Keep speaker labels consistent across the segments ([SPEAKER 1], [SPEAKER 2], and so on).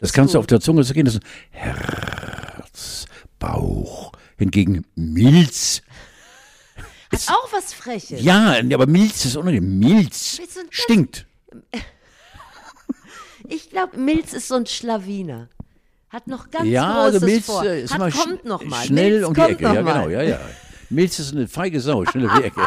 [SPEAKER 1] Das kannst du auf der Zunge zergehen. Das ist Herz, Bauch. Hingegen Milz.
[SPEAKER 2] Hat auch was Freches.
[SPEAKER 1] Ja, aber Milz ist unangenehm. Milz
[SPEAKER 2] Willst du das-
[SPEAKER 1] stinkt.
[SPEAKER 2] Ich glaube, Milz ist so ein Schlawiner. Hat noch ganz
[SPEAKER 1] ja,
[SPEAKER 2] Großes
[SPEAKER 1] also Milz
[SPEAKER 2] vor.
[SPEAKER 1] äh, ist
[SPEAKER 2] Hat,
[SPEAKER 1] immer sch-
[SPEAKER 2] kommt noch mal.
[SPEAKER 1] schnell
[SPEAKER 2] Milz
[SPEAKER 1] um die
[SPEAKER 2] kommt
[SPEAKER 1] Ecke.
[SPEAKER 2] Noch
[SPEAKER 1] Ja,
[SPEAKER 2] mal.
[SPEAKER 1] genau, ja, ja. Milz ist eine feige Sau, schnell um die Ecke.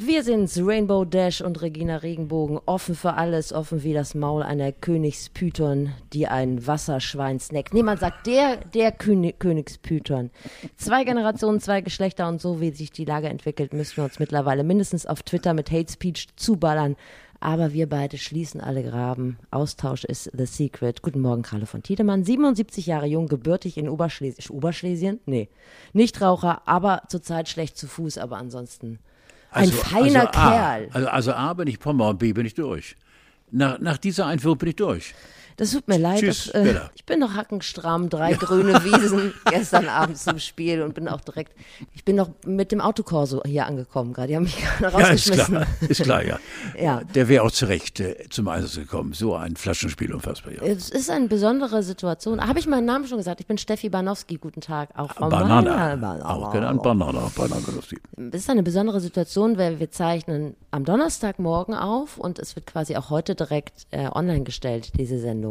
[SPEAKER 2] Wir sind's, Rainbow Dash und Regina Regenbogen, offen für alles, offen wie das Maul einer Königspython, die ein Wasserschwein snackt. Niemand sagt der, der Köni- Königspython. Zwei Generationen, zwei Geschlechter und so wie sich die Lage entwickelt, müssen wir uns mittlerweile mindestens auf Twitter mit Hate Speech zuballern. Aber wir beide schließen alle Graben. Austausch ist the secret. Guten Morgen, Carlo von Tiedemann. 77 Jahre jung, gebürtig in Oberschlesien. Oberschlesien? Nee. Nichtraucher, aber zurzeit schlecht zu Fuß, aber ansonsten ein feiner
[SPEAKER 1] also A,
[SPEAKER 2] Kerl.
[SPEAKER 1] Also, also A bin ich Pommer und B bin ich durch. Nach, nach dieser Einführung bin ich durch.
[SPEAKER 2] Das tut mir leid.
[SPEAKER 1] Tschüss,
[SPEAKER 2] das, äh,
[SPEAKER 1] Bella.
[SPEAKER 2] ich bin noch hackenstramm, drei grüne Wiesen gestern Abend zum Spiel und bin auch direkt. Ich bin noch mit dem Autokorso hier angekommen gerade. Die haben mich gerade
[SPEAKER 1] Ja, ist
[SPEAKER 2] rausgeschmissen.
[SPEAKER 1] klar, ist klar, ja.
[SPEAKER 2] Ja.
[SPEAKER 1] Der wäre auch zu Recht äh, zum Einsatz gekommen. So ein Flaschenspiel unfassbar, ja.
[SPEAKER 2] Es ist eine besondere Situation. Habe ich meinen Namen schon gesagt? Ich bin Steffi Banowski. Guten Tag. Auch von
[SPEAKER 1] Ah, Banana.
[SPEAKER 2] meiner- Banana.
[SPEAKER 1] Auch genannt Banana. Banana.
[SPEAKER 2] Es ist eine besondere Situation, weil wir zeichnen am Donnerstagmorgen auf und es wird quasi auch heute direkt äh, online gestellt, diese Sendung.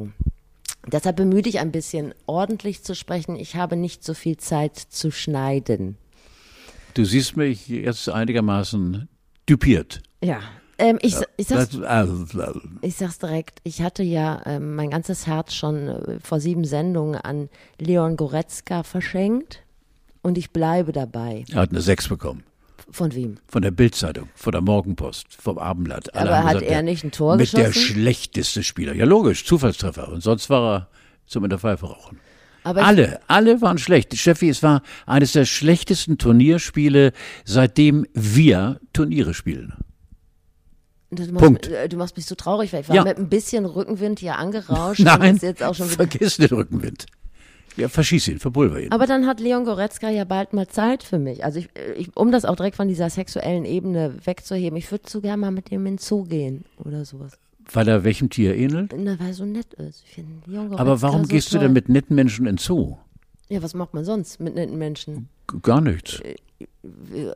[SPEAKER 2] Deshalb bemühe dich ein bisschen ordentlich zu sprechen. Ich habe nicht so viel Zeit zu schneiden.
[SPEAKER 1] Du siehst mich jetzt einigermaßen dupiert.
[SPEAKER 2] Ja. Ähm, ich, ich, sag's,
[SPEAKER 1] Das- also, also,
[SPEAKER 2] ich sag's direkt, ich hatte ja ähm, mein ganzes Herz schon äh, vor sieben Sendungen an Leon Goretzka verschenkt und ich bleibe dabei.
[SPEAKER 1] Er hat eine 6 bekommen.
[SPEAKER 2] Von wem?
[SPEAKER 1] Von der Bildzeitung, von der Morgenpost, vom Abendblatt. Alle
[SPEAKER 2] Aber
[SPEAKER 1] haben
[SPEAKER 2] hat
[SPEAKER 1] gesagt,
[SPEAKER 2] er
[SPEAKER 1] der-
[SPEAKER 2] nicht ein Tor
[SPEAKER 1] mit Mit der
[SPEAKER 2] geschossen?
[SPEAKER 1] schlechteste Spieler. Ja, logisch, Zufallstreffer. Und sonst war er zum in der Pfeife rauchen.
[SPEAKER 2] Aber ich-
[SPEAKER 1] alle, alle waren schlecht. Steffi, es war eines der schlechtesten Turnierspiele, seitdem wir Turniere spielen.
[SPEAKER 2] Du machst,
[SPEAKER 1] Punkt.
[SPEAKER 2] äh, Du machst mich so traurig, weil ich war
[SPEAKER 1] Ja.
[SPEAKER 2] mit ein bisschen Rückenwind hier angerauscht und
[SPEAKER 1] Nein,
[SPEAKER 2] Oh, ist jetzt auch schon wieder.
[SPEAKER 1] vergiss den Rückenwind. Ja, verschieß ihn, verpulver ihn.
[SPEAKER 2] Aber dann hat Leon Goretzka ja bald mal Zeit für mich. Also ich, äh, ich um das auch direkt von dieser sexuellen Ebene wegzuheben, ich würde so gerne mal mit dem in den Zoo gehen oder sowas.
[SPEAKER 1] Weil er welchem Tier ähnelt?
[SPEAKER 2] Na, weil er so nett ist. Ich finde Leon Goretzka
[SPEAKER 1] Aber warum
[SPEAKER 2] Oh, so
[SPEAKER 1] gehst
[SPEAKER 2] toll.
[SPEAKER 1] du denn mit netten Menschen ins Zoo?
[SPEAKER 2] Ja, was macht man sonst mit netten Menschen?
[SPEAKER 1] G- Gar nichts.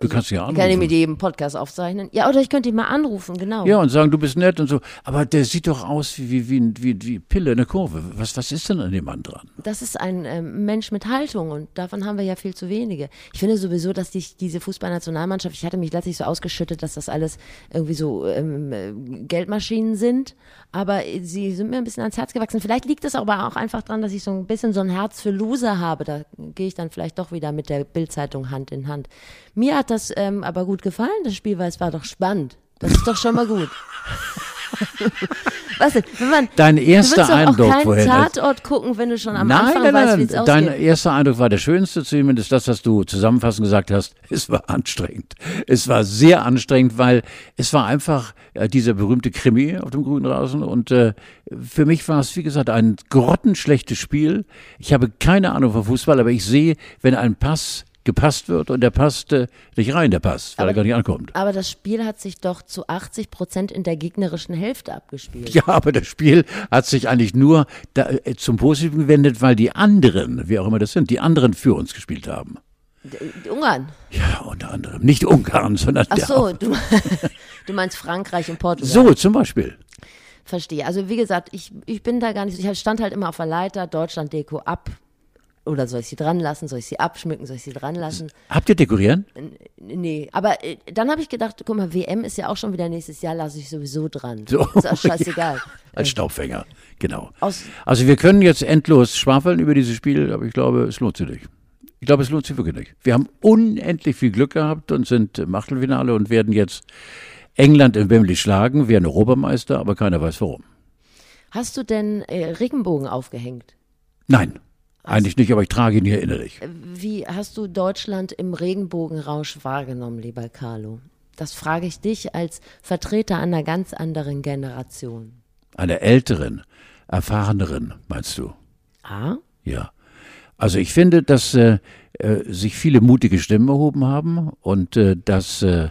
[SPEAKER 1] Du kannst ja
[SPEAKER 2] Ich Äh, kann die
[SPEAKER 1] anrufen.
[SPEAKER 2] mit jedem Podcast aufzeichnen. Ja, oder ich könnte ihn mal anrufen, genau.
[SPEAKER 1] Ja, und sagen, du bist nett und so. Aber der sieht doch aus wie, wie, wie, ein- wie, wie Pille, eine Kurve. Was, was ist denn an dem Mann dran?
[SPEAKER 2] Das ist ein ähm, Mensch mit Haltung und davon haben wir ja viel zu wenige. Ich finde sowieso, dass die, diese Fußballnationalmannschaft, ich hatte mich letztlich so ausgeschüttet, dass das alles irgendwie so ähm, äh, Geldmaschinen sind, aber äh, sie sind mir ein bisschen ans Herz gewachsen. Vielleicht liegt es aber auch einfach daran, dass ich so ein bisschen so ein Herz für Loser habe. Da gehe ich dann vielleicht doch wieder mit der Bildzeitung Hand in Hand. Mir hat das ähm, aber gut gefallen, das Spiel, weil es war doch spannend. Das ist doch schon mal gut. Was denn, wenn man,
[SPEAKER 1] Dein
[SPEAKER 2] Du
[SPEAKER 1] erster
[SPEAKER 2] willst doch
[SPEAKER 1] Eindruck
[SPEAKER 2] auch keinen
[SPEAKER 1] vorhin. als-
[SPEAKER 2] Tatort gucken, wenn du schon am
[SPEAKER 1] nein,
[SPEAKER 2] Anfang
[SPEAKER 1] nein,
[SPEAKER 2] weißt, wie
[SPEAKER 1] nein,
[SPEAKER 2] es
[SPEAKER 1] nein. Dein
[SPEAKER 2] ausgeht.
[SPEAKER 1] erster Eindruck war der schönste, zumindest das, was du zusammenfassend gesagt hast. Es war anstrengend. Es war sehr anstrengend, weil es war einfach äh, dieser berühmte Krimi auf dem grünen Rasen. Und äh, für mich war es, wie gesagt, ein grottenschlechtes Spiel. Ich habe keine Ahnung von Fußball, aber ich sehe, wenn ein Pass gepasst wird und der passt äh, nicht rein, der Pass, weil er gar nicht ankommt.
[SPEAKER 2] Aber das Spiel hat sich doch zu 80 Prozent in der gegnerischen Hälfte abgespielt.
[SPEAKER 1] Ja, aber das Spiel hat sich eigentlich nur da, äh, zum Positiven gewendet, weil die anderen, wer auch immer das sind, die anderen für uns gespielt haben.
[SPEAKER 2] D- Äh, Ungarn.
[SPEAKER 1] Ja, unter anderem. Nicht Ungarn, sondern
[SPEAKER 2] Ach
[SPEAKER 1] der
[SPEAKER 2] so, du, du meinst Frankreich und Portugal.
[SPEAKER 1] So, zum Beispiel.
[SPEAKER 2] Verstehe. Also wie gesagt, ich, ich bin da gar nicht so. Ich stand halt immer auf der Leiter, Deutschland Deko ab. Oder soll ich sie dran lassen? Soll ich sie abschmücken? Soll ich sie dran lassen?
[SPEAKER 1] Habt ihr dekorieren?
[SPEAKER 2] Äh, Nee, aber äh, dann habe ich gedacht, guck mal, WM ist ja auch schon wieder nächstes Jahr, lasse ich sowieso dran.
[SPEAKER 1] So,
[SPEAKER 2] ist auch scheißegal.
[SPEAKER 1] Als Staubfänger, genau.
[SPEAKER 2] Aus-
[SPEAKER 1] Also wir können jetzt endlos schwafeln über dieses Spiel, aber ich glaube, es lohnt sich nicht. Ich glaube, es lohnt sich wirklich nicht. Wir haben unendlich viel Glück gehabt und sind im Achtelfinale und werden jetzt England in Wembley schlagen, werden Europameister, aber keiner weiß warum.
[SPEAKER 2] Hast du denn äh, Regenbogen aufgehängt?
[SPEAKER 1] Nein, eigentlich nicht, aber ich trage ihn hier innerlich.
[SPEAKER 2] Äh. Wie hast du Deutschland im Regenbogenrausch wahrgenommen, lieber Carlo? Das frage ich dich als Vertreter einer ganz anderen Generation.
[SPEAKER 1] Einer älteren, erfahreneren, meinst du?
[SPEAKER 2] Ah,
[SPEAKER 1] Ja. Also ich finde, dass äh, äh, sich viele mutige Stimmen erhoben haben und äh, dass äh,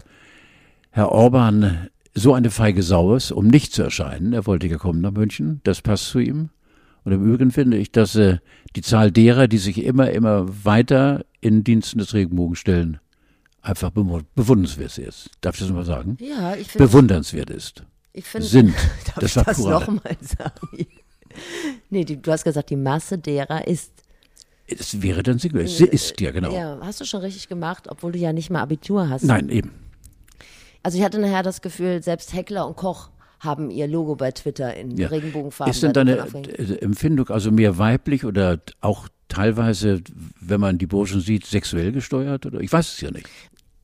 [SPEAKER 1] Herr Orban so eine feige Sau ist, um nicht zu erscheinen. Er wollte ja kommen nach München, das passt zu ihm. Und im Übrigen finde ich, dass äh, die Zahl derer, die sich immer, immer weiter in Diensten des Regenbogens stellen, einfach bewund- bewundernswert ist. Darf ich das mal sagen?
[SPEAKER 2] Ja, ich finde.
[SPEAKER 1] Bewundernswert ist.
[SPEAKER 2] Ich finde
[SPEAKER 1] Sind.
[SPEAKER 2] Darf
[SPEAKER 1] Das
[SPEAKER 2] ich
[SPEAKER 1] war
[SPEAKER 2] das
[SPEAKER 1] Kurale.
[SPEAKER 2] nochmal sagen? Nee, die, du hast gesagt, die Masse derer ist.
[SPEAKER 1] Es wäre dann Singular. Sie ist ja, genau.
[SPEAKER 2] Ja, hast du schon richtig gemacht, obwohl du ja nicht mal Abitur hast.
[SPEAKER 1] Nein, eben.
[SPEAKER 2] Also ich hatte nachher das Gefühl, selbst Heckler und Koch haben ihr Logo bei Twitter in
[SPEAKER 1] Ja.
[SPEAKER 2] Regenbogenfarben.
[SPEAKER 1] Ist denn
[SPEAKER 2] bei den
[SPEAKER 1] deine
[SPEAKER 2] Aufhängen.
[SPEAKER 1] äh, Empfindung also mehr weiblich oder auch teilweise, wenn man die Burschen sieht, sexuell gesteuert? Oder? Ich weiß es ja nicht.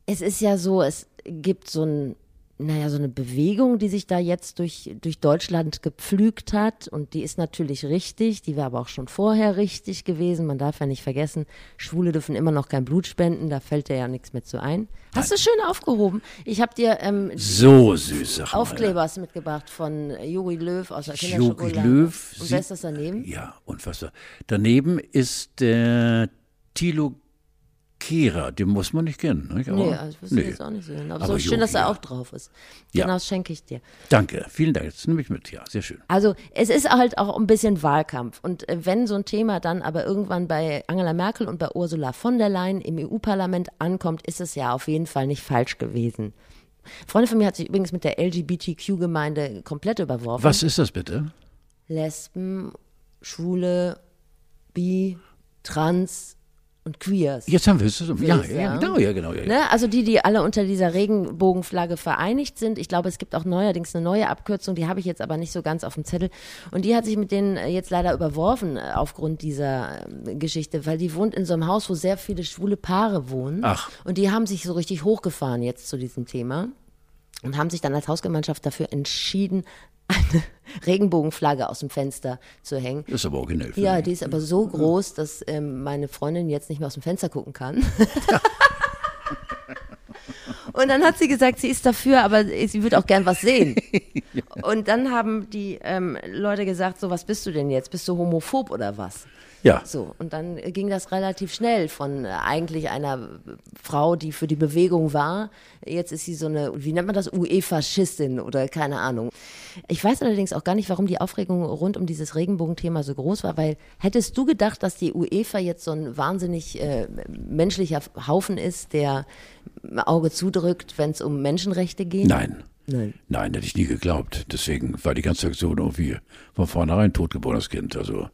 [SPEAKER 2] Es ist ja so, es gibt so ein, naja, so eine Bewegung, die sich da jetzt durch, durch Deutschland gepflügt hat. Und die ist natürlich richtig, die wäre aber auch schon vorher richtig gewesen. Man darf ja nicht vergessen, Schwule dürfen immer noch kein Blut spenden, da fällt dir ja nichts mehr zu ein. Hast du schön aufgehoben. Ich habe dir ähm,
[SPEAKER 1] So süß, sag mal.
[SPEAKER 2] Aufkleber hast du mitgebracht von Jogi Löw aus der
[SPEAKER 1] Jogi
[SPEAKER 2] Kinderschokolade.
[SPEAKER 1] Löw.
[SPEAKER 2] Und
[SPEAKER 1] sie-
[SPEAKER 2] wer ist das daneben?
[SPEAKER 1] Ja, unfassbar. Daneben ist äh, Thilo Kehrer, den muss man nicht kennen. Nicht? Aber,
[SPEAKER 2] Nee, also ich wüsste jetzt auch nicht so genau. Aber, so
[SPEAKER 1] Aber
[SPEAKER 2] schön,
[SPEAKER 1] Jogi,
[SPEAKER 2] dass er
[SPEAKER 1] ja.
[SPEAKER 2] auch drauf ist.
[SPEAKER 1] Ja.
[SPEAKER 2] Genau, das schenke ich dir.
[SPEAKER 1] Danke, vielen Dank. Jetzt nehme ich mit. Ja, sehr schön.
[SPEAKER 2] Also es ist halt auch ein bisschen Wahlkampf. Und äh, wenn so ein Thema dann aber irgendwann bei Angela Merkel und bei Ursula von der Leyen im EU-Parlament ankommt, ist es ja auf jeden Fall nicht falsch gewesen. Freunde von mir hat sich übrigens mit der LGBTQ-Gemeinde komplett überworfen.
[SPEAKER 1] Was ist das bitte?
[SPEAKER 2] Lesben, Schwule, Bi, Trans und Queers.
[SPEAKER 1] Jetzt haben wir es. Ja,
[SPEAKER 2] ich
[SPEAKER 1] ja,
[SPEAKER 2] sagen.
[SPEAKER 1] genau, ja, genau. Ja, ja.
[SPEAKER 2] Ne? Also die, die alle unter dieser Regenbogenflagge vereinigt sind. Ich glaube, es gibt auch neuerdings eine neue Abkürzung, die habe ich jetzt aber nicht so ganz auf dem Zettel. Und die hat sich mit denen äh, jetzt leider überworfen äh, aufgrund dieser ähm, Geschichte, weil die wohnt in so einem Haus, wo sehr viele schwule Paare wohnen.
[SPEAKER 1] Ach.
[SPEAKER 2] Und die haben sich so richtig hochgefahren jetzt zu diesem Thema und haben sich dann als Hausgemeinschaft dafür entschieden, eine Regenbogenflagge aus dem Fenster zu hängen.
[SPEAKER 1] Das ist aber originell. finde
[SPEAKER 2] Ja,
[SPEAKER 1] ich.
[SPEAKER 2] die ist aber so groß, dass ähm, meine Freundin jetzt nicht mehr aus dem Fenster gucken kann. Und dann hat sie gesagt, sie ist dafür, aber sie würde auch gern was sehen. Und dann haben die ähm, Leute gesagt, so was bist du denn jetzt? Bist du homophob oder was?
[SPEAKER 1] ja.
[SPEAKER 2] So, und dann ging das relativ schnell von äh, eigentlich einer Frau, die für die Bewegung war. Jetzt ist sie so eine, wie nennt man das, UE-Faschistin oder keine Ahnung. Ich weiß allerdings auch gar nicht, warum die Aufregung rund um dieses Regenbogenthema so groß war, weil hättest du gedacht, dass die UEFA jetzt so ein wahnsinnig äh, menschlicher Haufen ist, der Auge zudrückt, wenn es um Menschenrechte geht?
[SPEAKER 1] Nein.
[SPEAKER 2] Nein.
[SPEAKER 1] Nein, hätte ich nie geglaubt. Deswegen war die ganze Aktion irgendwie von vornherein totgeborenes Kind. Also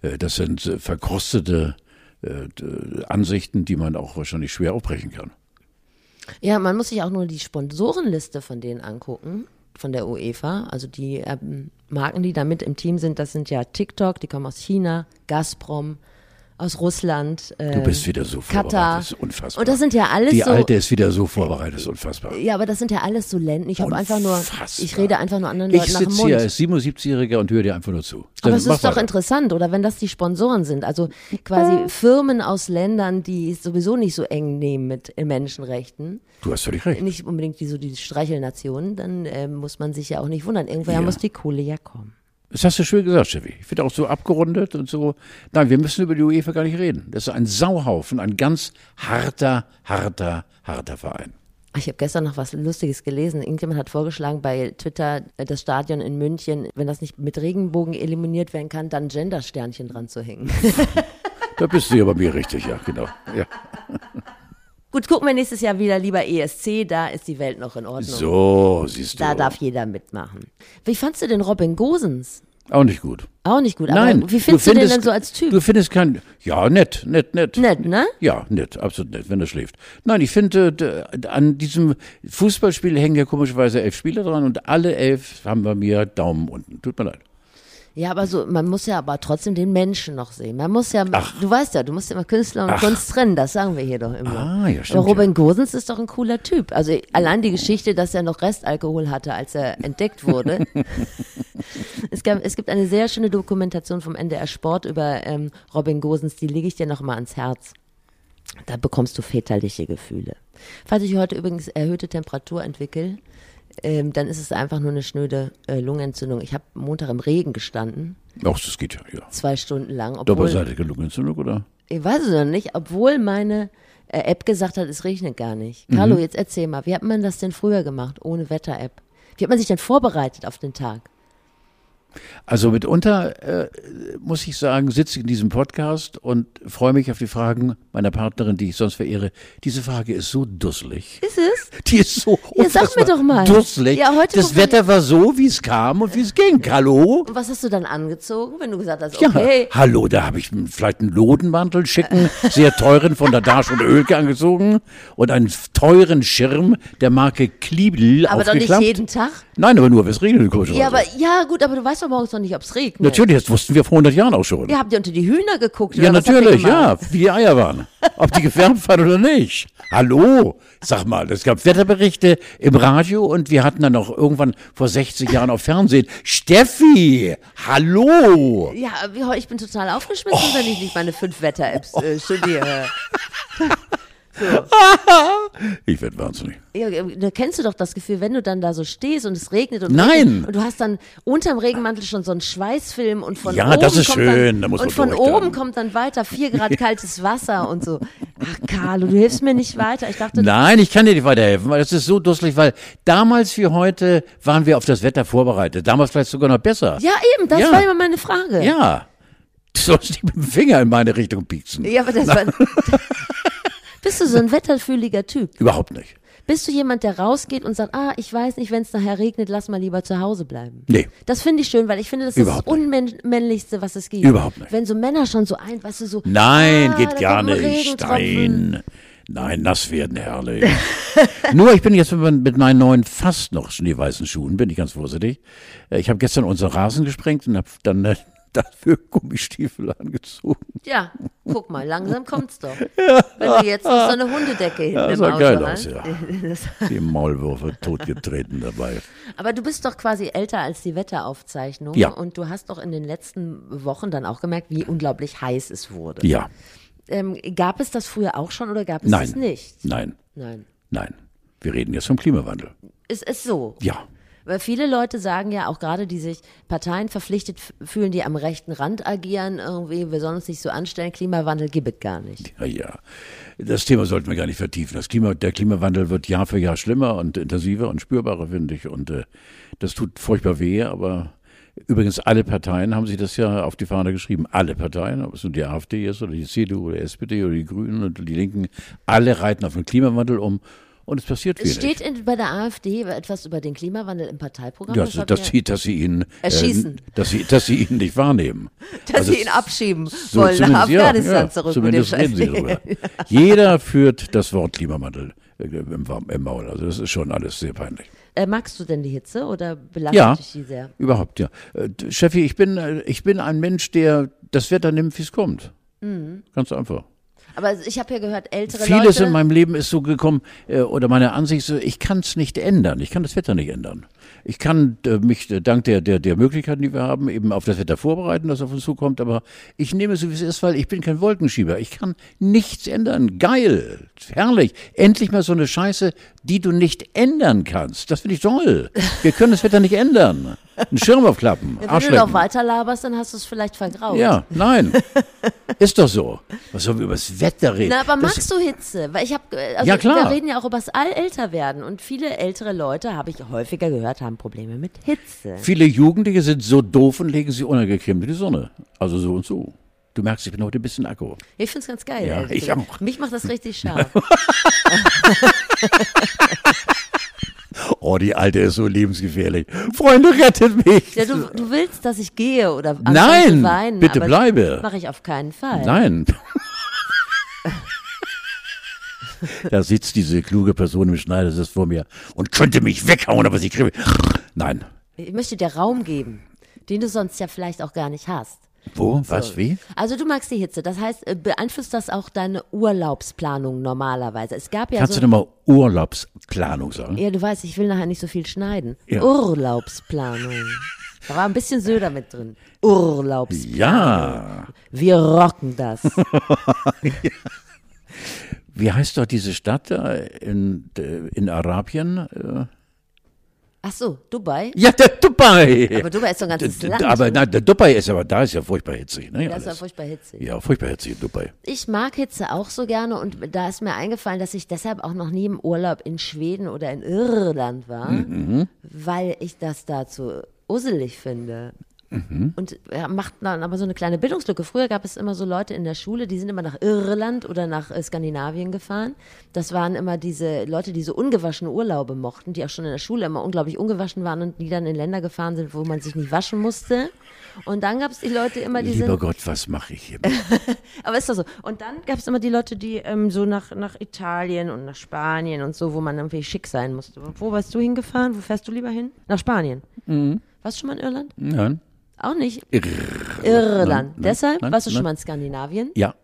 [SPEAKER 1] äh, das sind äh, verkrustete äh, d- Ansichten, die man auch wahrscheinlich schwer aufbrechen kann.
[SPEAKER 2] Ja, man muss sich auch nur die Sponsorenliste von denen angucken, von der UEFA. Also die ähm, Marken, die da mit im Team sind, das sind ja TikTok, die kommen aus China, Gazprom, aus Russland. äh,
[SPEAKER 1] Du bist wieder so vorbereitet,
[SPEAKER 2] Ähm, Katar.
[SPEAKER 1] das ist unfassbar.
[SPEAKER 2] Und das sind ja alles
[SPEAKER 1] die
[SPEAKER 2] so. Äh,
[SPEAKER 1] Alte ist wieder so vorbereitet, das ist unfassbar.
[SPEAKER 2] ja, aber das sind ja alles so Länder. Ich habe einfach nur,
[SPEAKER 1] Unfassbar.
[SPEAKER 2] ich rede einfach nur anderen
[SPEAKER 1] Ich
[SPEAKER 2] Leuten nach dem
[SPEAKER 1] sitze
[SPEAKER 2] Mund.
[SPEAKER 1] hier als 77-Jähriger und höre dir einfach nur zu. Dann
[SPEAKER 2] Aber es
[SPEAKER 1] mach
[SPEAKER 2] ist doch
[SPEAKER 1] weiter.
[SPEAKER 2] interessant, oder wenn das die Sponsoren sind, also quasi Firmen aus Ländern, die es sowieso nicht so eng nehmen mit Menschenrechten.
[SPEAKER 1] Du hast völlig recht.
[SPEAKER 2] nicht unbedingt die, so die Streichelnation, dann äh, muss man sich ja auch nicht wundern. Irgendwoher
[SPEAKER 1] Ja.
[SPEAKER 2] muss die Kohle ja kommen.
[SPEAKER 1] Das hast du schön gesagt, Steffi. Ich finde auch so abgerundet und so. Nein, wir müssen über die UEFA gar nicht reden. Das ist ein Sauhaufen, ein ganz harter, harter, harter Verein.
[SPEAKER 2] Ich habe gestern noch was Lustiges gelesen. Irgendjemand hat vorgeschlagen bei Twitter, äh, das Stadion in München, wenn das nicht mit Regenbogen eliminiert werden kann, dann Gender-Sternchen dran zu hängen.
[SPEAKER 1] Da bist du ja bei mir richtig, ja, genau. Ja.
[SPEAKER 2] Gut, gucken wir nächstes Jahr wieder lieber ESC, da ist die Welt noch in Ordnung.
[SPEAKER 1] So, siehst du.
[SPEAKER 2] Da darf jeder mitmachen. Wie fandst du denn Robin Gosens?
[SPEAKER 1] Auch nicht gut.
[SPEAKER 2] Auch nicht gut,
[SPEAKER 1] Nein.
[SPEAKER 2] aber wie findest du, den denn so als Typ?
[SPEAKER 1] Du findest kein. Ja, nett, nett, nett.
[SPEAKER 2] Nett, ne?
[SPEAKER 1] Ja, nett, absolut nett, wenn er schläft. Nein, ich finde, d- an diesem Fußballspiel hängen ja komischerweise elf Spieler dran und alle elf haben bei mir Daumen unten. Tut mir leid.
[SPEAKER 2] Ja, aber so, man muss ja aber trotzdem den Menschen noch sehen. Man muss ja, du weißt ja, du musst immer Künstler und
[SPEAKER 1] Ach.
[SPEAKER 2] Kunst trennen, das sagen wir hier doch immer.
[SPEAKER 1] Ah, ja, stimmt,
[SPEAKER 2] aber Robin Gosens ist doch ein cooler Typ. Also allein die Geschichte, dass er noch Restalkohol hatte, als er entdeckt wurde. es, gab, es gibt eine sehr schöne Dokumentation vom NDR Sport über ähm, Robin Gosens, die lege ich dir nochmal ans Herz. Da bekommst du väterliche Gefühle. Falls ich heute übrigens erhöhte Temperatur entwickle, ähm, dann ist es einfach nur eine schnöde äh, Lungenentzündung. Ich habe Montag im Regen gestanden
[SPEAKER 1] Ach, das geht ja, ja.
[SPEAKER 2] zwei Stunden lang, obwohl
[SPEAKER 1] Doppelseitige Lungenentzündung, oder?
[SPEAKER 2] Ich weiß es noch nicht, obwohl meine äh, App gesagt hat, es regnet gar nicht.
[SPEAKER 1] Mhm.
[SPEAKER 2] Carlo, jetzt erzähl mal, wie hat man das denn früher gemacht ohne Wetter-App? Wie hat man sich denn vorbereitet auf den Tag?
[SPEAKER 1] Also mitunter äh, muss ich sagen, sitze ich in diesem Podcast und freue mich auf die Fragen meiner Partnerin, die ich sonst verehre. Diese Frage ist so dusselig.
[SPEAKER 2] Ist es?
[SPEAKER 1] Die ist so
[SPEAKER 2] Ja, sag mir
[SPEAKER 1] unfassbar
[SPEAKER 2] doch mal.
[SPEAKER 1] dusselig.
[SPEAKER 2] Ja, heute
[SPEAKER 1] das
[SPEAKER 2] guck mal-
[SPEAKER 1] Wetter war so, wie es kam und wie es ging. Hallo?
[SPEAKER 2] Und was hast du dann angezogen, wenn du gesagt hast,
[SPEAKER 1] Ja,
[SPEAKER 2] okay,
[SPEAKER 1] hallo, da habe ich vielleicht einen Lodenmantel schicken, sehr teuren von der Dash und Ölke angezogen und einen teuren Schirm der Marke Kliebel
[SPEAKER 2] aber doch
[SPEAKER 1] aufgeklappt.
[SPEAKER 2] nicht jeden Tag?
[SPEAKER 1] Nein, aber nur, wenn es regnet, komischerweise.
[SPEAKER 2] Ja, aber, ja, gut, aber du weißt doch morgens noch nicht, ob es regnet.
[SPEAKER 1] Natürlich, das wussten wir vor 100 Jahren auch schon.
[SPEAKER 2] Ja, habt ihr unter die Hühner geguckt?
[SPEAKER 1] Ja,
[SPEAKER 2] oder was habt ihr
[SPEAKER 1] natürlich,
[SPEAKER 2] gemacht?
[SPEAKER 1] ja, wie die Eier waren. Ob die gefärbt waren oder nicht. Hallo, sag mal, es gab Wetterberichte im Radio und wir hatten dann auch irgendwann vor 60 Jahren auf Fernsehen. Steffi, hallo.
[SPEAKER 2] Ja, wie heu- ich bin total aufgeschmissen, wenn ich nicht meine fünf Wetter-Apps äh, studiere.
[SPEAKER 1] Ich werde wahnsinnig.
[SPEAKER 2] Ja, äh, da kennst du doch das Gefühl, wenn du dann da so stehst und es regnet und
[SPEAKER 1] Nein.
[SPEAKER 2] regnet und du hast dann unterm Regenmantel schon so einen Schweißfilm und von
[SPEAKER 1] Ja,
[SPEAKER 2] oben
[SPEAKER 1] das ist
[SPEAKER 2] kommt
[SPEAKER 1] schön,
[SPEAKER 2] dann,
[SPEAKER 1] da muss man
[SPEAKER 2] und von
[SPEAKER 1] durch dann.
[SPEAKER 2] oben kommt dann weiter vier Grad kaltes Wasser und so. Ach Carlo, du hilfst mir nicht weiter. Ich dachte,
[SPEAKER 1] Nein, ich kann dir nicht weiterhelfen, weil das ist so dusselig, weil damals wie heute waren wir auf das Wetter vorbereitet. Damals vielleicht sogar noch besser.
[SPEAKER 2] ja eben, das
[SPEAKER 1] Ja.
[SPEAKER 2] war immer meine Frage.
[SPEAKER 1] Ja. Du sollst nicht mit dem Finger in meine Richtung pieksen.
[SPEAKER 2] ja aber das war. Bist du so ein wetterfühliger Typ?
[SPEAKER 1] Überhaupt nicht.
[SPEAKER 2] Bist du jemand, der rausgeht und sagt, ah, ich weiß nicht, wenn es nachher regnet, lass mal lieber zu Hause bleiben?
[SPEAKER 1] Nee.
[SPEAKER 2] Das finde ich schön, weil ich finde, das ist
[SPEAKER 1] Überhaupt
[SPEAKER 2] das Unmännlichste, was es gibt.
[SPEAKER 1] Überhaupt nicht.
[SPEAKER 2] Wenn so Männer schon so ein, weißt du, so.
[SPEAKER 1] Nein,
[SPEAKER 2] ah, da
[SPEAKER 1] geht gar
[SPEAKER 2] kommt ein
[SPEAKER 1] nicht.
[SPEAKER 2] Regentropfen.
[SPEAKER 1] Nein. Nein, nass werden herrlich. Nur ich bin jetzt mit meinen- mit meinen neuen fast noch schneeweißen Schuhen, bin ich ganz vorsichtig. Äh, Ich habe gestern unseren Rasen gesprengt und habe dann äh, dafür Gummistiefel angezogen.
[SPEAKER 2] Ja, guck mal, langsam kommt's doch. Wenn du jetzt noch so eine Hundedecke hinten
[SPEAKER 1] das
[SPEAKER 2] im
[SPEAKER 1] sah
[SPEAKER 2] Auto
[SPEAKER 1] geil
[SPEAKER 2] hast.
[SPEAKER 1] aus, ja.
[SPEAKER 2] Das-
[SPEAKER 1] Die Maulwürfe totgetreten dabei.
[SPEAKER 2] Aber du bist doch quasi älter als die Wetteraufzeichnung.
[SPEAKER 1] Ja.
[SPEAKER 2] Und du hast doch in den letzten Wochen dann auch gemerkt, wie unglaublich heiß es wurde.
[SPEAKER 1] Ja,
[SPEAKER 2] Ähm, gab es das früher auch schon oder gab es
[SPEAKER 1] Nein.
[SPEAKER 2] das nicht?
[SPEAKER 1] nein,
[SPEAKER 2] Nein.
[SPEAKER 1] nein. Wir reden jetzt vom Klimawandel.
[SPEAKER 2] Es ist so.
[SPEAKER 1] Ja.
[SPEAKER 2] Weil viele Leute sagen ja, auch gerade die sich Parteien verpflichtet f- fühlen, die am rechten Rand agieren, irgendwie, wir sollen uns nicht so anstellen, Klimawandel gibt es gar nicht.
[SPEAKER 1] Ja, ja. Das Thema sollten wir gar nicht vertiefen. Das Klima, der Klimawandel wird Jahr für Jahr schlimmer und intensiver und spürbarer, finde ich. Und äh, das tut furchtbar weh, aber übrigens alle Parteien haben sich das ja auf die Fahne geschrieben. Alle Parteien, ob es nun die AfD ist oder die CDU oder die SPD oder die Grünen und die Linken, alle reiten auf den Klimawandel um und es passiert wenig.
[SPEAKER 2] Es steht in, bei der AfD etwas über den Klimawandel im Parteiprogramm.
[SPEAKER 1] dass,
[SPEAKER 2] hat
[SPEAKER 1] also, dass,
[SPEAKER 2] mir-
[SPEAKER 1] sie, dass sie ihn
[SPEAKER 2] Erschießen.
[SPEAKER 1] Äh, dass, sie, dass sie ihn nicht wahrnehmen.
[SPEAKER 2] dass
[SPEAKER 1] Also
[SPEAKER 2] sie ihn
[SPEAKER 1] es-
[SPEAKER 2] abschieben
[SPEAKER 1] So,
[SPEAKER 2] wollen nach
[SPEAKER 1] zumindest, ja,
[SPEAKER 2] Afghanistan
[SPEAKER 1] ja,
[SPEAKER 2] zurück.
[SPEAKER 1] Zumindest
[SPEAKER 2] mit dem
[SPEAKER 1] reden sie
[SPEAKER 2] Scheiß.
[SPEAKER 1] drüber. Jeder führt das Wort Klimawandel äh, im, Wa- im Maul. Also das ist schon alles sehr peinlich.
[SPEAKER 2] Äh, magst du denn die Hitze oder belastet
[SPEAKER 1] Ja,
[SPEAKER 2] dich die sehr?
[SPEAKER 1] überhaupt, ja. Äh, d- Steffi, ich bin, äh, ich bin ein Mensch, der das Wetter nimmt, wie es kommt.
[SPEAKER 2] Mhm.
[SPEAKER 1] Ganz einfach.
[SPEAKER 2] Aber ich habe ja gehört, ältere
[SPEAKER 1] Vieles
[SPEAKER 2] Leute.
[SPEAKER 1] in meinem Leben ist so gekommen, äh, oder meine Ansicht, so, ich kann es nicht ändern. Ich kann das Wetter nicht ändern. Ich kann äh, mich äh, dank der, der, der Möglichkeiten, die wir haben, eben auf das Wetter vorbereiten, das auf uns zukommt. Aber ich nehme es so, wie es ist, weil ich bin kein Wolkenschieber. Ich kann nichts ändern. Geil. Herrlich. Endlich mal so eine Scheiße, die du nicht ändern kannst. Das finde ich toll. Wir können das Wetter nicht ändern. Einen Schirm aufklappen.
[SPEAKER 2] wenn du
[SPEAKER 1] Arschlecken.
[SPEAKER 2] noch weiter laberst, dann hast du es vielleicht vergraut.
[SPEAKER 1] Ja, nein. Ist doch so. Was sollen wir über das Wetter reden?
[SPEAKER 2] Na, aber
[SPEAKER 1] Das-
[SPEAKER 2] magst du Hitze? Weil ich habe, also
[SPEAKER 1] Ja, klar.
[SPEAKER 2] wir reden ja auch über das all älter werden und viele ältere Leute habe ich häufiger gehört haben Probleme mit Hitze.
[SPEAKER 1] Viele Jugendliche sind so doof und legen sich unangecremt in die Sonne. Also so und so. Du merkst, ich bin heute ein bisschen Akku.
[SPEAKER 2] Ich find's ganz geil.
[SPEAKER 1] Ja,
[SPEAKER 2] ehrlich
[SPEAKER 1] ich
[SPEAKER 2] gesagt.
[SPEAKER 1] auch.
[SPEAKER 2] Mich macht das richtig scharf.
[SPEAKER 1] Oh, die Alte ist so lebensgefährlich. Freunde, rettet mich.
[SPEAKER 2] Ja, du, du willst, dass ich gehe oder anfange
[SPEAKER 1] Nein,
[SPEAKER 2] zu weinen,
[SPEAKER 1] bitte
[SPEAKER 2] aber
[SPEAKER 1] bleibe.
[SPEAKER 2] Das mache ich auf keinen Fall.
[SPEAKER 1] Nein. Da sitzt diese kluge Person im Schneidersitz vor mir und könnte mich weghauen, aber sie kriegt. Nein.
[SPEAKER 2] Ich möchte dir Raum geben, den du sonst ja vielleicht auch gar nicht hast.
[SPEAKER 1] Wo? Was? Wie?
[SPEAKER 2] Also du magst die Hitze, das heißt, äh, beeinflusst das auch deine Urlaubsplanung normalerweise? Es gab ja
[SPEAKER 1] Kannst
[SPEAKER 2] so,
[SPEAKER 1] du nochmal Urlaubsplanung sagen?
[SPEAKER 2] ja du weißt, ich will nachher nicht so viel schneiden.
[SPEAKER 1] Ja.
[SPEAKER 2] Urlaubsplanung. Da war ein bisschen Söder mit drin. Urlaubs.
[SPEAKER 1] Ja.
[SPEAKER 2] Wir rocken das.
[SPEAKER 1] äh, Wie heißt doch diese Stadt da in, in Arabien? Äh,
[SPEAKER 2] Ach so, Dubai?
[SPEAKER 1] Ja, der Dubai.
[SPEAKER 2] Aber Dubai Also ist so ein ganzes
[SPEAKER 1] D- d-
[SPEAKER 2] Land.
[SPEAKER 1] Aber nein, der Dubai ist aber da ist ja furchtbar hitzig, ne?
[SPEAKER 2] das war
[SPEAKER 1] alles.
[SPEAKER 2] furchtbar hitzig.
[SPEAKER 1] Ja, furchtbar hitzig in Dubai.
[SPEAKER 2] Ich mag Hitze auch so gerne und da ist mir eingefallen, dass ich deshalb auch noch nie im Urlaub in Schweden oder in Irland war, weil ich das da zu usselig finde. Und ja, macht dann aber so eine kleine Bildungslücke. Früher gab es immer so Leute in der Schule, die sind immer nach Irland oder nach äh, Skandinavien gefahren. Das waren immer diese Leute, die so ungewaschene Urlaube mochten, die auch schon in der Schule immer unglaublich ungewaschen waren und die dann in Länder gefahren sind, wo man sich nicht waschen musste. Und dann gab es die Leute immer, die sind
[SPEAKER 1] Lieber Gott, was mache ich hier?
[SPEAKER 2] aber ist doch so. Und dann gab es immer die Leute, die ähm, so nach, nach Italien und nach Spanien und so, wo man irgendwie schick sein musste. Wo warst du hingefahren? Wo fährst du lieber hin? Nach Spanien.
[SPEAKER 1] Mhm.
[SPEAKER 2] Warst du schon mal in Irland?
[SPEAKER 1] Nein.
[SPEAKER 2] Auch nicht.
[SPEAKER 1] Irr.
[SPEAKER 2] Irland.
[SPEAKER 1] Mhm. Nein, nein,
[SPEAKER 2] Deshalb
[SPEAKER 1] nein,
[SPEAKER 2] warst du schon
[SPEAKER 1] nein.
[SPEAKER 2] mal in Skandinavien.
[SPEAKER 1] Ja,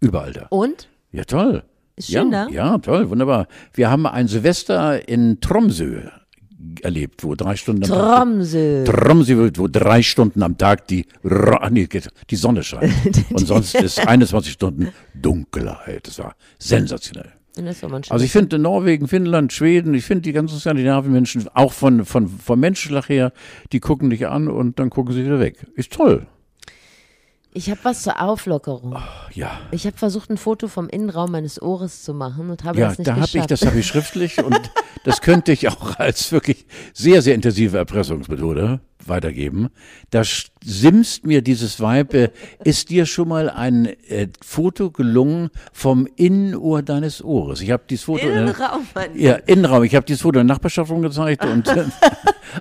[SPEAKER 1] überall da.
[SPEAKER 2] Und?
[SPEAKER 1] Ja, toll.
[SPEAKER 2] Ist
[SPEAKER 1] ja,
[SPEAKER 2] schön da?
[SPEAKER 1] Ja, toll, wunderbar. Wir haben ein Silvester in Tromsø erlebt, wo drei Stunden am Tag-
[SPEAKER 2] Tromsø.
[SPEAKER 1] Tromsø, wo drei Stunden am Tag die, Ro- ah, nee, geht- die Sonne scheint. Und sonst ist 21 Stunden Dunkelheit. Das war sensationell.
[SPEAKER 2] Und das war man schon.
[SPEAKER 1] Also ich finde Norwegen, Finnland, Schweden, ich finde die ganzen skandinavischen Menschen, auch von, von, vom Menschenschlag her, die gucken dich an und dann gucken sie wieder weg. Ist toll.
[SPEAKER 2] ich habe was zur Auflockerung.
[SPEAKER 1] Ja.
[SPEAKER 2] Ich habe versucht, ein Foto vom Innenraum meines Ohres zu machen und habe
[SPEAKER 1] Ja,
[SPEAKER 2] das nicht
[SPEAKER 1] da habe ich,
[SPEAKER 2] geschafft.
[SPEAKER 1] das habe ich schriftlich und das könnte ich auch als wirklich sehr, sehr intensive Erpressungsmethode weitergeben. Da sch- simst mir dieses Weib, äh, ist dir schon mal ein äh, Foto gelungen vom Innenohr deines Ohres? Ich habe dieses Foto äh, in der-
[SPEAKER 2] Innenraum, Mann.
[SPEAKER 1] ja, Innenraum. Ich habe dieses Foto in der Nachbarschaft rumgezeigt und äh,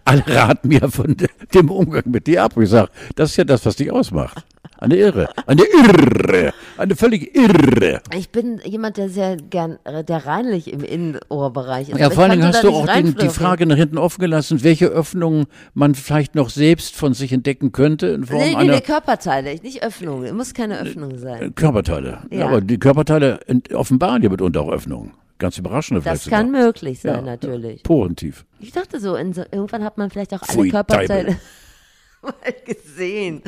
[SPEAKER 1] alle raten mir von de- dem Umgang mit dir ab. Ich sage, das ist ja das, was dich ausmacht. Eine Irre. Eine Irre. Eine völlig Irre.
[SPEAKER 2] Ich bin jemand, der sehr gern, äh, der reinlich im Innenohrbereich ist.
[SPEAKER 1] Ja,
[SPEAKER 2] Aber
[SPEAKER 1] vor
[SPEAKER 2] ich
[SPEAKER 1] allen Dingen
[SPEAKER 2] konnte
[SPEAKER 1] hast
[SPEAKER 2] da
[SPEAKER 1] du auch
[SPEAKER 2] nicht
[SPEAKER 1] den, die
[SPEAKER 2] reinschlüpfen.
[SPEAKER 1] Frage nach hinten offen gelassen, welche Öffnungen man vielleicht noch selbst von sich entdecken könnte in Form
[SPEAKER 2] Nee, nee,
[SPEAKER 1] einer äh,
[SPEAKER 2] nee, Körperteile, ich- nicht Öffnungen. Muss keine Öffnung sein.
[SPEAKER 1] Körperteile. Ja.
[SPEAKER 2] Ja.
[SPEAKER 1] aber die Körperteile ent- offenbaren ja mitunter auch Öffnungen. Ganz überraschende vielleicht
[SPEAKER 2] Das kann
[SPEAKER 1] sogar.
[SPEAKER 2] möglich sein,
[SPEAKER 1] Ja,
[SPEAKER 2] natürlich.
[SPEAKER 1] Porentief.
[SPEAKER 2] Ich dachte so, in so, irgendwann hat man vielleicht auch alle
[SPEAKER 1] Pfui,
[SPEAKER 2] Körperteile mal gesehen.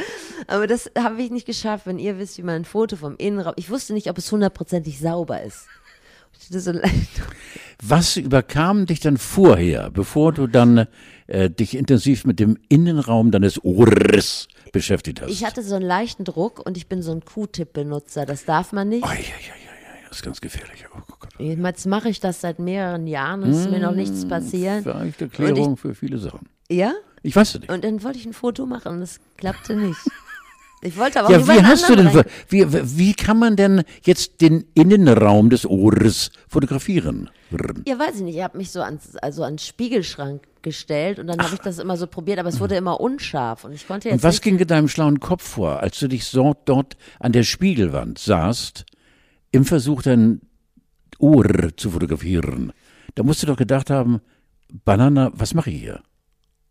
[SPEAKER 2] Aber das habe ich nicht geschafft, wenn ihr wisst, wie man ein Foto vom Innenraum. Ich wusste nicht, ob es hundertprozentig sauber ist. Ich hatte so leid.
[SPEAKER 1] Was überkam dich dann vorher, bevor du dann äh, dich intensiv mit dem Innenraum deines Ohres beschäftigt hast?
[SPEAKER 2] Ich hatte so einen leichten Druck und ich bin so ein Q-Tip-Benutzer. Das darf man nicht.
[SPEAKER 1] Ei, ei, ei, ei, ei, das ist ganz gefährlich. Oh Gott.
[SPEAKER 2] Jetzt mache ich das seit mehreren Jahren und es ist mir noch nichts
[SPEAKER 1] Mm,
[SPEAKER 2] passiert.
[SPEAKER 1] Vielleicht Erklärung für viele Sachen.
[SPEAKER 2] Ja?
[SPEAKER 1] Ich weiß es nicht.
[SPEAKER 2] Und dann wollte ich ein Foto machen und das klappte nicht. Ich wollte aber auch
[SPEAKER 1] Ja, wie
[SPEAKER 2] niemanden
[SPEAKER 1] hast du
[SPEAKER 2] anderen
[SPEAKER 1] denn, wie, wie kann man denn jetzt den Innenraum des Ohres fotografieren?
[SPEAKER 2] Ja, weiß ich nicht. Ich habe mich so ans, also ans Spiegelschrank gestellt und dann habe ich das immer so probiert, aber es wurde immer unscharf und ich konnte jetzt
[SPEAKER 1] Und was
[SPEAKER 2] nicht,
[SPEAKER 1] ging in deinem schlauen Kopf vor, als du dich so dort an der Spiegelwand saßt, im Versuch dein Ohr zu fotografieren? Da musst du doch gedacht haben, Banana, was mache ich hier?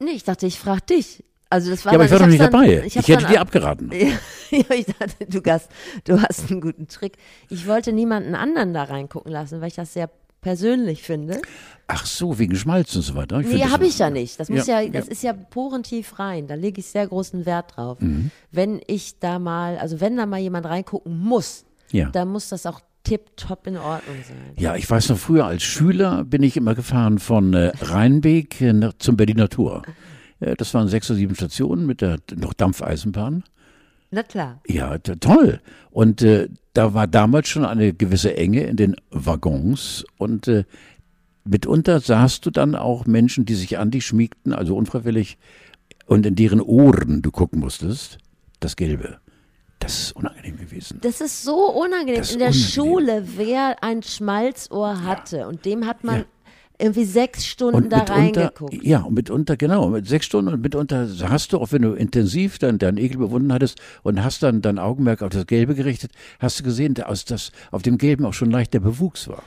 [SPEAKER 2] nee, ich dachte, ich frage dich. Also das war
[SPEAKER 1] Ja, aber
[SPEAKER 2] dann,
[SPEAKER 1] ich war doch
[SPEAKER 2] hab's
[SPEAKER 1] nicht
[SPEAKER 2] dann,
[SPEAKER 1] dabei. Ich,
[SPEAKER 2] hab's
[SPEAKER 1] hätte
[SPEAKER 2] dann
[SPEAKER 1] dir abgeraten.
[SPEAKER 2] ja, ich dachte, du hast, du hast einen guten Trick. Ich wollte niemanden anderen da reingucken lassen, weil ich das sehr persönlich finde.
[SPEAKER 1] Ach so, wegen Schmalz und so weiter. Ich
[SPEAKER 2] Nee,
[SPEAKER 1] finde das-
[SPEAKER 2] habe ich ja nicht. Das muss
[SPEAKER 1] Ja,
[SPEAKER 2] ja, das
[SPEAKER 1] ja.
[SPEAKER 2] ist ja porentief rein. Da lege ich sehr großen Wert drauf.
[SPEAKER 1] Mhm.
[SPEAKER 2] Wenn ich da mal, also wenn da mal jemand reingucken muss,
[SPEAKER 1] Ja.
[SPEAKER 2] dann muss das auch tipptopp in Ordnung sein.
[SPEAKER 1] Ja, ich weiß noch, früher als Schüler bin ich immer gefahren von äh, Rheinbeek äh, nach- zum Berliner Tor. Äh, das waren sechs oder sieben Stationen mit der noch Dampfeisenbahn.
[SPEAKER 2] Na klar.
[SPEAKER 1] Ja, t- toll. Und äh, da war damals schon eine gewisse Enge in den Waggons und äh, mitunter sahst du dann auch Menschen, die sich an dich schmiegten, also unfreiwillig, und in deren Ohren du gucken musstest, das Gelbe. Das ist unangenehm gewesen.
[SPEAKER 2] Das ist so unangenehm.
[SPEAKER 1] Das ist
[SPEAKER 2] In der
[SPEAKER 1] unangenehm.
[SPEAKER 2] Schule, wer ein Schmalzohr hatte und dem hat man
[SPEAKER 1] Ja.
[SPEAKER 2] irgendwie sechs Stunden
[SPEAKER 1] Und
[SPEAKER 2] da
[SPEAKER 1] mitunter,
[SPEAKER 2] reingeguckt.
[SPEAKER 1] ja, und mitunter, genau, mit sechs Stunden und mitunter hast du, auch wenn du intensiv dann deinen Ekel bewunden hattest und hast dann dein Augenmerk auf das Gelbe gerichtet, hast du gesehen, dass das auf dem Gelben auch schon leicht der Bewuchs war.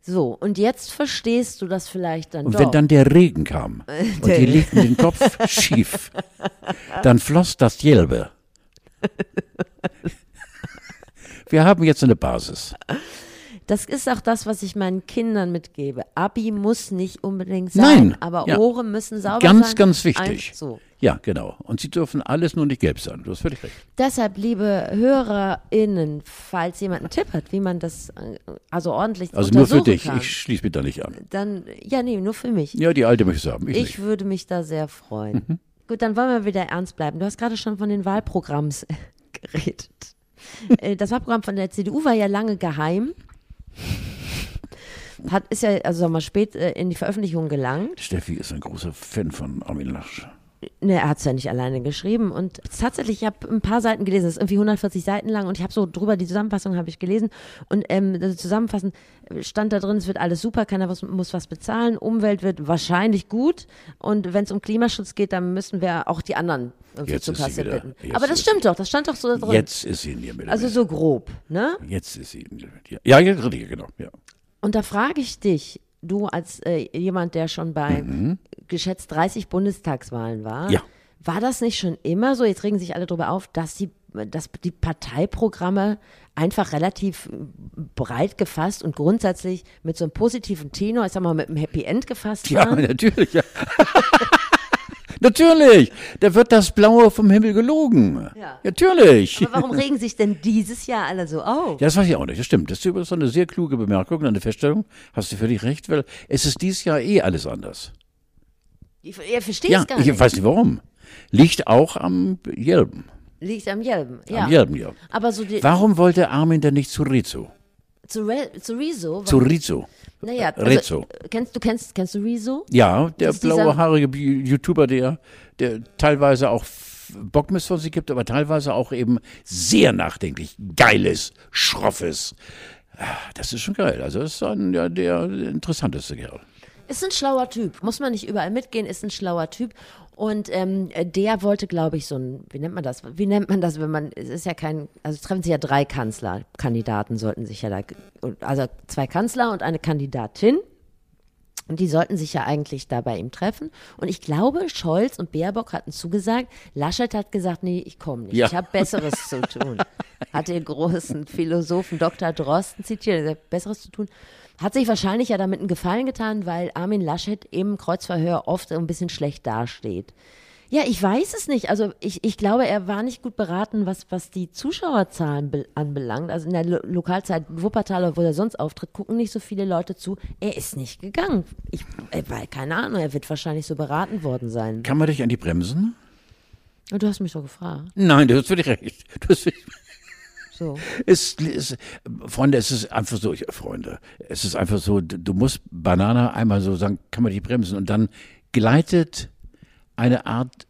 [SPEAKER 2] So, und jetzt verstehst du das vielleicht dann
[SPEAKER 1] Und
[SPEAKER 2] doch. Äh,
[SPEAKER 1] wenn dann der Regen kam und die legten den Kopf schief, dann floss das Gelbe. Wir haben jetzt eine Basis.
[SPEAKER 2] Das ist auch das, was ich meinen Kindern mitgebe. Abi muss nicht unbedingt sein,
[SPEAKER 1] Nein,
[SPEAKER 2] aber
[SPEAKER 1] ja.
[SPEAKER 2] Ohren müssen sauber sein.
[SPEAKER 1] Ganz, ganz wichtig.
[SPEAKER 2] Ein, so.
[SPEAKER 1] Ja, genau. Und sie dürfen alles nur nicht gelb sein. Du hast völlig recht.
[SPEAKER 2] Deshalb, liebe HörerInnen, falls jemand einen Tipp hat, wie man das äh, also ordentlich
[SPEAKER 1] Also nur
[SPEAKER 2] untersuchen
[SPEAKER 1] für dich.
[SPEAKER 2] kann,
[SPEAKER 1] Ich schließe mich da nicht an.
[SPEAKER 2] dann, ja, nee, nur für mich.
[SPEAKER 1] Ja, die alte möchte es haben. Ich,
[SPEAKER 2] Ich
[SPEAKER 1] nicht.
[SPEAKER 2] würde mich da sehr freuen.
[SPEAKER 1] Mhm.
[SPEAKER 2] Gut, dann wollen wir wieder ernst bleiben. Du hast gerade schon von den Wahlprogramms geredet. Äh, Das Wahlprogramm von der CDU war ja lange geheim. Hat, ist ja, also sag mal, spät äh, in die Veröffentlichung gelangt.
[SPEAKER 1] Steffi ist ein großer Fan von Armin Lasch.
[SPEAKER 2] Ne, er hat es ja nicht alleine geschrieben. Und tatsächlich, ich habe ein paar Seiten gelesen. Das ist irgendwie 140 Seiten lang. Und ich habe so drüber, die Zusammenfassung habe ich gelesen. Und ähm, das zusammenfassend stand da drin, es wird alles super, keiner was, muss was bezahlen. Umwelt wird wahrscheinlich gut. Und wenn es um Klimaschutz geht, dann müssen wir auch die anderen irgendwie
[SPEAKER 1] Jetzt
[SPEAKER 2] zur
[SPEAKER 1] ist sie
[SPEAKER 2] Kasse
[SPEAKER 1] wieder.
[SPEAKER 2] bitten.
[SPEAKER 1] Jetzt
[SPEAKER 2] Aber das
[SPEAKER 1] ist
[SPEAKER 2] stimmt doch, das stand doch so da drin.
[SPEAKER 1] Jetzt ist sie in dir mit.
[SPEAKER 2] Also so grob, ne?
[SPEAKER 1] Jetzt ist sie in dir mit. Ja, ja, ja, richtig, genau. Ja.
[SPEAKER 2] Und da frage ich dich, du als äh, jemand, der schon bei geschätzt 30 Bundestagswahlen war,
[SPEAKER 1] Mhm. Ja.
[SPEAKER 2] war das nicht schon immer so, jetzt regen sich alle darüber auf, dass die, dass die Parteiprogramme einfach relativ breit gefasst und grundsätzlich mit so einem positiven Tenor, ich sag mal mit einem Happy End gefasst
[SPEAKER 1] Ja,
[SPEAKER 2] waren?
[SPEAKER 1] natürlich. Ja. natürlich. Da wird das Blaue vom Himmel gelogen.
[SPEAKER 2] Ja.
[SPEAKER 1] Natürlich.
[SPEAKER 2] Aber warum regen sich denn dieses Jahr alle so auf?
[SPEAKER 1] Ja, das weiß ich auch nicht, das stimmt. Das ist übrigens eine sehr kluge Bemerkung, und eine Feststellung. Hast du völlig recht, weil es ist dieses Jahr eh alles anders.
[SPEAKER 2] Ich, ich verstehe
[SPEAKER 1] ja,
[SPEAKER 2] es gar
[SPEAKER 1] ich
[SPEAKER 2] nicht.
[SPEAKER 1] weiß nicht warum. Liegt auch am Jelben.
[SPEAKER 2] Liegt am Jelben. Ja.
[SPEAKER 1] Am Jelben, ja.
[SPEAKER 2] Aber so die,
[SPEAKER 1] Warum wollte Armin denn nicht zu Rizzo?
[SPEAKER 2] zu, Re, zu Rezo, war,
[SPEAKER 1] Zu Rizzo.
[SPEAKER 2] naja, also, äh,
[SPEAKER 1] Rezo.
[SPEAKER 2] kennst du kennst kennst du Rezo?
[SPEAKER 1] Ja, der
[SPEAKER 2] ist dieser-
[SPEAKER 1] blauhaarige YouTuber, der, der teilweise auch F- Bockmist von sich gibt, aber teilweise auch eben sehr nachdenklich, geiles, schroffes. Ah, Das ist schon geil. Also das ist ein, ja, der interessanteste Kerl.
[SPEAKER 2] Ist ein schlauer Typ. Muss man nicht überall mitgehen, ist ein schlauer Typ. Und ähm, der wollte, glaube ich, so ein, wie nennt man das? Wie nennt man das, wenn man, es ist ja kein, also es treffen sich ja drei Kanzlerkandidaten, sollten sich ja da, also zwei Kanzler und eine Kandidatin. Und die sollten sich ja eigentlich da bei ihm treffen. Und ich glaube, Scholz und Baerbock hatten zugesagt. Laschet hat gesagt, nee, ich komme nicht.
[SPEAKER 1] Ja.
[SPEAKER 2] Ich habe Besseres zu tun. Hat den großen Philosophen Dr. Drosten zitiert, der sagt, Besseres zu tun. Hat sich wahrscheinlich ja damit einen Gefallen getan, weil Armin Laschet im Kreuzverhör oft so ein bisschen schlecht dasteht. Ja, ich weiß es nicht. Also ich, ich glaube, er war nicht gut beraten, was, was die Zuschauerzahlen be anbelangt. Also in der Lo Lokalzeit Wuppertal, oder wo er sonst auftritt, gucken nicht so viele Leute zu. Er ist nicht gegangen. Ich, äh, weil, keine Ahnung, er wird wahrscheinlich so beraten worden sein.
[SPEAKER 1] Kann man dich an die bremsen?
[SPEAKER 2] Und du hast mich doch gefragt.
[SPEAKER 1] Nein, du hast völlig recht. Du hast völlig
[SPEAKER 2] So.
[SPEAKER 1] Es, es, Freunde, es ist einfach so, ich, Freunde, es ist einfach so, d- du musst Banana einmal so sagen, kann man die bremsen und dann gleitet eine Art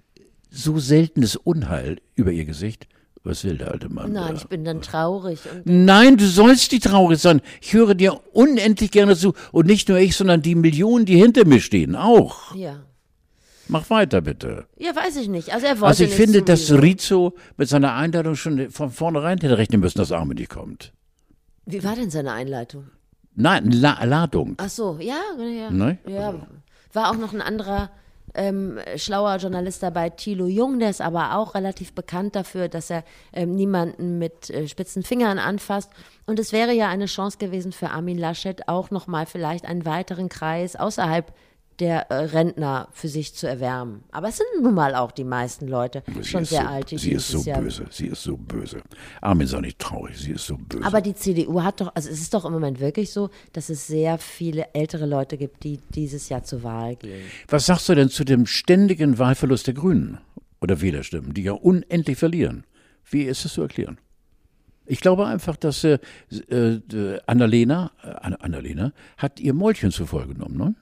[SPEAKER 1] so seltenes Unheil über ihr Gesicht. Was will der alte Mann?
[SPEAKER 2] Nein,
[SPEAKER 1] da?
[SPEAKER 2] ich bin dann traurig. Und
[SPEAKER 1] Nein, du sollst nicht traurig sein. Ich höre dir unendlich gerne zu und nicht nur ich, sondern die Millionen, die hinter mir stehen, auch.
[SPEAKER 2] ja.
[SPEAKER 1] Mach weiter bitte.
[SPEAKER 2] Ja, weiß ich nicht. Also er wollte
[SPEAKER 1] Also ich
[SPEAKER 2] nicht
[SPEAKER 1] finde,
[SPEAKER 2] zu
[SPEAKER 1] dass
[SPEAKER 2] mir.
[SPEAKER 1] Rizzo mit seiner Einladung schon von vornherein hätte rechnen müssen, dass Armin nicht kommt.
[SPEAKER 2] Wie war denn seine Einleitung?
[SPEAKER 1] Nein, La Ladung.
[SPEAKER 2] Ach so, ja, ja.
[SPEAKER 1] Ne?
[SPEAKER 2] ja. War auch noch ein anderer ähm, schlauer Journalist dabei, Thilo Jung, der ist aber auch relativ bekannt dafür, dass er ähm, niemanden mit äh, spitzen Fingern anfasst. Und es wäre ja eine Chance gewesen für Armin Laschet, auch nochmal vielleicht einen weiteren Kreis außerhalb der äh, Rentner für sich zu erwärmen. Aber es sind nun mal auch die meisten Leute schon sehr
[SPEAKER 1] so,
[SPEAKER 2] alt. die
[SPEAKER 1] Sie ist so
[SPEAKER 2] dieses Jahr-
[SPEAKER 1] böse. Sie ist so böse. Armin sei nicht traurig. Sie ist so böse.
[SPEAKER 2] Aber die CDU hat doch, also es ist doch im Moment wirklich so, dass es sehr viele ältere Leute gibt, die dieses Jahr zur Wahl gehen.
[SPEAKER 1] Was sagst du denn zu dem ständigen Wahlverlust der Grünen oder Wählerstimmen, die ja unendlich verlieren? Wie ist es zu erklären? Ich glaube einfach, dass äh, äh, äh, Annalena, äh, Anna- Annalena hat ihr Mäulchen zu voll genommen. Ne?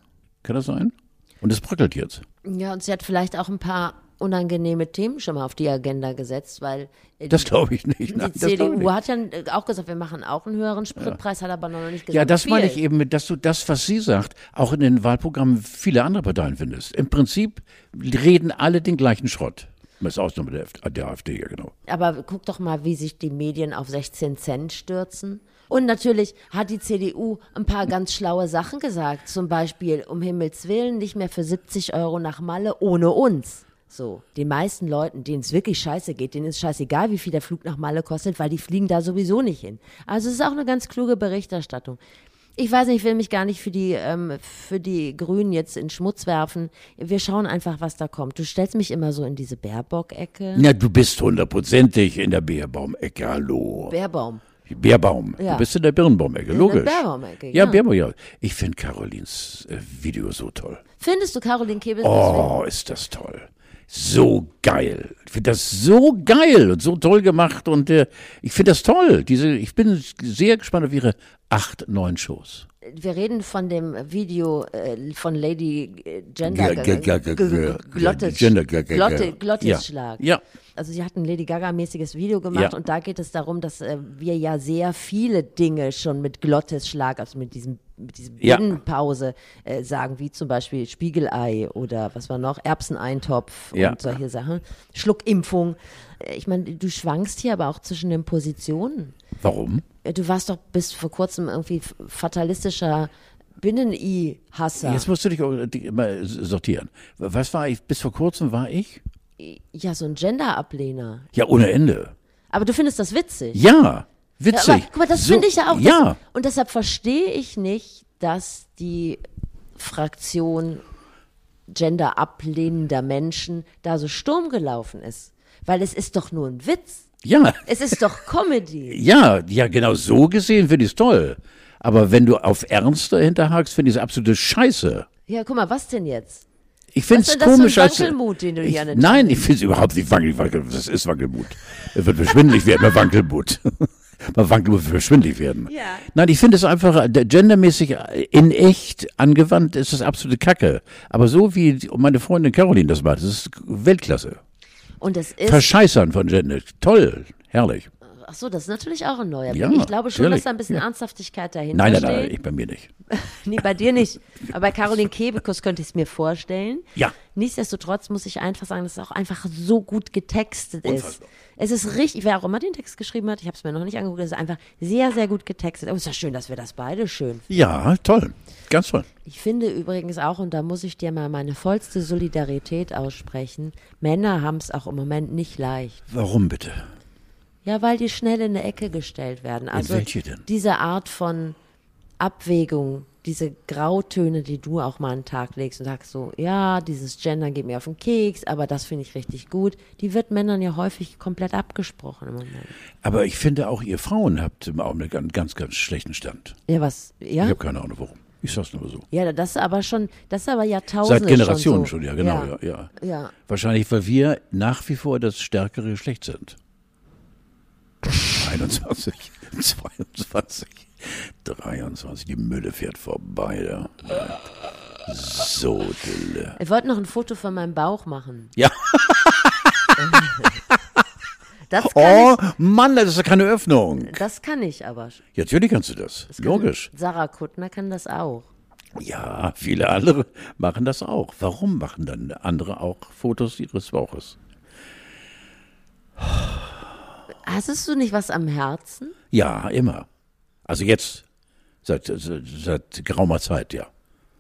[SPEAKER 1] Kann das sein? Und es bröckelt jetzt.
[SPEAKER 2] Ja, und sie hat vielleicht auch ein paar unangenehme Themen schon mal auf die Agenda gesetzt, weil äh,
[SPEAKER 1] Das glaube ich nicht.
[SPEAKER 2] die
[SPEAKER 1] Nein, das glaub ich
[SPEAKER 2] CDU
[SPEAKER 1] nicht.
[SPEAKER 2] hat ja äh, auch gesagt, wir machen auch einen höheren Spritpreis, hat aber noch nicht gesagt.
[SPEAKER 1] Ja, das
[SPEAKER 2] viel.
[SPEAKER 1] meine ich eben, mit, dass du das, was sie sagt, auch in den Wahlprogrammen vieler anderer Parteien findest. Im Prinzip reden alle den gleichen Schrott. Mit Ausnahme der, F- der AfD, ja genau.
[SPEAKER 2] Aber guck doch mal, wie sich die Medien auf 16 Cent stürzen. Und natürlich hat die CDU ein paar ganz schlaue Sachen gesagt. Zum Beispiel, um Himmels Willen, nicht mehr für 70 Euro nach Malle ohne uns. So, den meisten Leuten, denen es wirklich scheiße geht, denen ist scheißegal, wie viel der Flug nach Malle kostet, weil die fliegen da sowieso nicht hin. Also es ist auch eine ganz kluge Berichterstattung. Ich weiß nicht, ich will mich gar nicht für die, ähm, für die Grünen jetzt in Schmutz werfen. Wir schauen einfach, was da kommt. Du stellst mich immer so in diese Bärbock-Ecke.
[SPEAKER 1] Na, du bist hundertprozentig in der Bärbaumecke, hallo.
[SPEAKER 2] Bärbaum.
[SPEAKER 1] Bärbaum.
[SPEAKER 2] Ja.
[SPEAKER 1] Du bist in der Birnbaumecke,
[SPEAKER 2] In
[SPEAKER 1] logisch.
[SPEAKER 2] der Bärbaumecke, genau.
[SPEAKER 1] Ja,
[SPEAKER 2] ja.
[SPEAKER 1] Bärbaum, ja. Ich finde Carolins äh, Video so toll.
[SPEAKER 2] Findest du Caroline Kebel?
[SPEAKER 1] Oh, ist das toll. So geil. Ich finde das so geil und so toll gemacht und äh, ich finde das toll. Diese, ich bin sehr gespannt auf ihre acht, neun Shows.
[SPEAKER 2] Wir reden von dem Video äh, von Lady äh, Gender
[SPEAKER 1] Ge- ge- ge- ge- ge-
[SPEAKER 2] Glottis-
[SPEAKER 1] Gender- ge- ge-
[SPEAKER 2] Glotte-
[SPEAKER 1] ge-
[SPEAKER 2] Glottisschlag.
[SPEAKER 1] Ja. Ja.
[SPEAKER 2] Also sie hat ein Lady Gaga mäßiges Video gemacht
[SPEAKER 1] Ja.
[SPEAKER 2] und da geht es darum, dass äh, wir ja sehr viele Dinge schon mit Glottisschlag, also mit diesem mit diesem
[SPEAKER 1] Ja.
[SPEAKER 2] Binnenpause äh, sagen, wie zum Beispiel Spiegelei oder was war noch, Erbseneintopf
[SPEAKER 1] Ja.
[SPEAKER 2] und solche Sachen, Schluckimpfung. Äh, Ich meine, du schwankst hier aber auch zwischen den Positionen.
[SPEAKER 1] Warum?
[SPEAKER 2] Ja, Äh, Du warst doch bis vor kurzem irgendwie f- fatalistischer Binnen-I-Hasser.
[SPEAKER 1] Jetzt musst du dich auch die- mal sortieren. Was war ich? Bis vor kurzem war ich?
[SPEAKER 2] Ja, so ein Gender-Ablehner.
[SPEAKER 1] Ja, ohne Ende.
[SPEAKER 2] Aber du findest das witzig.
[SPEAKER 1] Ja,
[SPEAKER 2] Ja,
[SPEAKER 1] witzig.
[SPEAKER 2] aber guck mal, das
[SPEAKER 1] So-
[SPEAKER 2] finde ich ja auch.
[SPEAKER 1] Ja,
[SPEAKER 2] Das, und deshalb verstehe ich nicht, dass die Fraktion genderablehender Menschen da so Sturm gelaufen ist. Weil es ist doch nur ein Witz.
[SPEAKER 1] ja,
[SPEAKER 2] Es ist doch Comedy.
[SPEAKER 1] ja, ja, genau so gesehen finde ich es toll. Aber wenn du auf Ernst dahinter hakst, finde ich es absolute Scheiße.
[SPEAKER 2] Ja, guck mal, was denn jetzt?
[SPEAKER 1] Ich finde
[SPEAKER 2] Was
[SPEAKER 1] es
[SPEAKER 2] ist denn das
[SPEAKER 1] komisch.
[SPEAKER 2] für ein
[SPEAKER 1] als-
[SPEAKER 2] Wankelmut, den du
[SPEAKER 1] ich,
[SPEAKER 2] hier an den-
[SPEAKER 1] Nein, ich finde es überhaupt nicht wankelig. Wankel, das ist Wankelmut. Es wird verschwindelig werden bei Wankelmut. Bei Wankelmut wird verschwindelig werden.
[SPEAKER 2] Ja.
[SPEAKER 1] Nein, ich finde es einfach äh, gendermäßig äh, in echt angewandt ist das absolute Kacke. Aber so wie die- meine Freundin Caroline das macht, das ist Weltklasse.
[SPEAKER 2] Und es ist
[SPEAKER 1] Verscheißern von Gender. Toll. Herrlich.
[SPEAKER 2] Ach so, das ist natürlich auch ein neuer.
[SPEAKER 1] Ja,
[SPEAKER 2] Blick. ich glaube schon,
[SPEAKER 1] natürlich.
[SPEAKER 2] dass da ein bisschen
[SPEAKER 1] Ja.
[SPEAKER 2] Ernsthaftigkeit dahinter
[SPEAKER 1] Nein, nein,
[SPEAKER 2] steht.
[SPEAKER 1] nein, ich bei mir nicht.
[SPEAKER 2] Nee, bei dir nicht. Aber bei Caroline Kebekus könnte ich es mir vorstellen.
[SPEAKER 1] Ja.
[SPEAKER 2] Nichtsdestotrotz muss ich einfach sagen, dass es auch einfach so gut getextet
[SPEAKER 1] Unfassbar.
[SPEAKER 2] ist. Es ist richtig, wer auch immer den Text geschrieben hat, ich habe es mir noch nicht angeguckt, es ist einfach sehr, sehr gut getextet. Oh, ist ja schön, dass wir das beide schön.
[SPEAKER 1] Ja, toll. Ganz toll.
[SPEAKER 2] Ich finde übrigens auch, und da muss ich dir mal meine vollste Solidarität aussprechen, Männer haben es auch im Moment nicht leicht.
[SPEAKER 1] Warum bitte?
[SPEAKER 2] Ja, weil die schnell in eine Ecke gestellt werden. Also
[SPEAKER 1] welche denn?
[SPEAKER 2] diese Art von Abwägung, diese Grautöne, die du auch mal an den Tag legst und sagst so, ja, dieses Gender geht mir auf den Keks, aber das finde ich richtig gut, die wird Männern ja häufig komplett abgesprochen im Moment.
[SPEAKER 1] Aber ich finde auch, ihr Frauen habt im Augenblick einen ganz, ganz schlechten Stand.
[SPEAKER 2] Ja, was? Ja?
[SPEAKER 1] Ich habe keine Ahnung warum. Ich sag's nur so.
[SPEAKER 2] Ja, das ist aber schon, das ist aber Jahrtausende
[SPEAKER 1] Seit Generationen
[SPEAKER 2] schon,
[SPEAKER 1] schon,
[SPEAKER 2] so.
[SPEAKER 1] ja, genau, ja. ja,
[SPEAKER 2] Ja. ja.
[SPEAKER 1] Wahrscheinlich, weil wir nach wie vor das stärkere Geschlecht sind. 21, 22, 23, die Mülle fährt vorbei. Ja. So, Dille.
[SPEAKER 2] Ich wollte noch ein Foto von meinem Bauch machen.
[SPEAKER 1] Ja.
[SPEAKER 2] Das kann,
[SPEAKER 1] Oh, Mann, das ist ja keine Öffnung.
[SPEAKER 2] ich, das kann ich aber.
[SPEAKER 1] Ja, natürlich kannst du das. Logisch.
[SPEAKER 2] Sarah Kuttner kann das auch.
[SPEAKER 1] Ja, viele andere machen das auch. Warum machen dann andere auch Fotos ihres Bauches?
[SPEAKER 2] Hast du nicht was am Herzen?
[SPEAKER 1] Ja, immer. Also jetzt, seit, seit, seit geraumer Zeit, ja.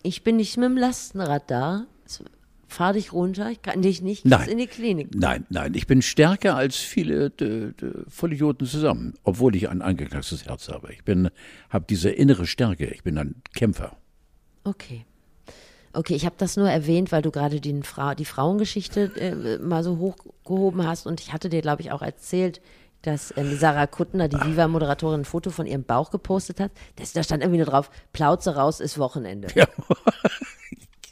[SPEAKER 2] Ich bin nicht mit dem Lastenrad da. Es- Fahr dich runter, ich kann dich nicht
[SPEAKER 1] Nein.
[SPEAKER 2] in die Klinik.
[SPEAKER 1] Nein, nein, ich bin stärker als viele äh, äh, Vollidioten zusammen, obwohl ich ein angeknackstes Herz habe. Ich bin, habe diese innere Stärke. Ich bin ein Kämpfer.
[SPEAKER 2] Okay. Okay, ich habe das nur erwähnt, weil du gerade den Fra die Frauengeschichte äh, mal so hochgehoben hast und ich hatte dir, glaube ich, auch erzählt, dass ähm, Sarah Kuttner, die Viva-Moderatorin, ein Foto von ihrem Bauch gepostet hat. Das, da stand irgendwie nur drauf, Plauze raus ist Wochenende.
[SPEAKER 1] Ja.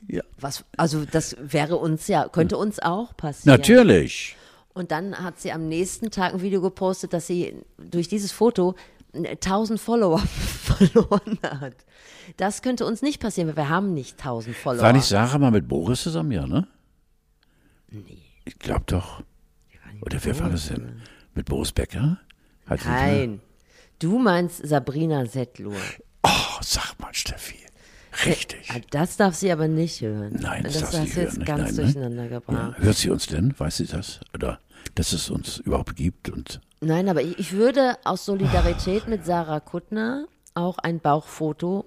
[SPEAKER 1] Ja.
[SPEAKER 2] Was, also das wäre uns ja, könnte uns auch passieren.
[SPEAKER 1] Hm. Natürlich.
[SPEAKER 2] Und dann hat sie am nächsten Tag ein Video gepostet, dass sie durch dieses Foto 1000 Follower verloren hat. Das könnte uns nicht passieren, weil wir haben nicht 1000 Follower.
[SPEAKER 1] War nicht Sarah mal mit Boris zusammen, ja, ne? Nee. Ich glaube doch. Oder wer war das denn? Mit Boris Becker? Hat die-
[SPEAKER 2] Nein. Du meinst Sabrina Settlur.
[SPEAKER 1] Oh, sag mal, Steffi. Richtig.
[SPEAKER 2] Ah, Das darf sie aber nicht hören.
[SPEAKER 1] Nein, das,
[SPEAKER 2] das
[SPEAKER 1] darfst du
[SPEAKER 2] hast
[SPEAKER 1] nicht
[SPEAKER 2] du
[SPEAKER 1] hören.
[SPEAKER 2] jetzt
[SPEAKER 1] nicht?
[SPEAKER 2] ganz
[SPEAKER 1] Nein, ne?
[SPEAKER 2] durcheinander gebracht.
[SPEAKER 1] Ja. Hört sie uns denn? Weiß sie das? Oder dass es uns überhaupt gibt? Und
[SPEAKER 2] Nein, aber ich, ich würde aus Solidarität mit Sarah Kuttner auch ein Bauchfoto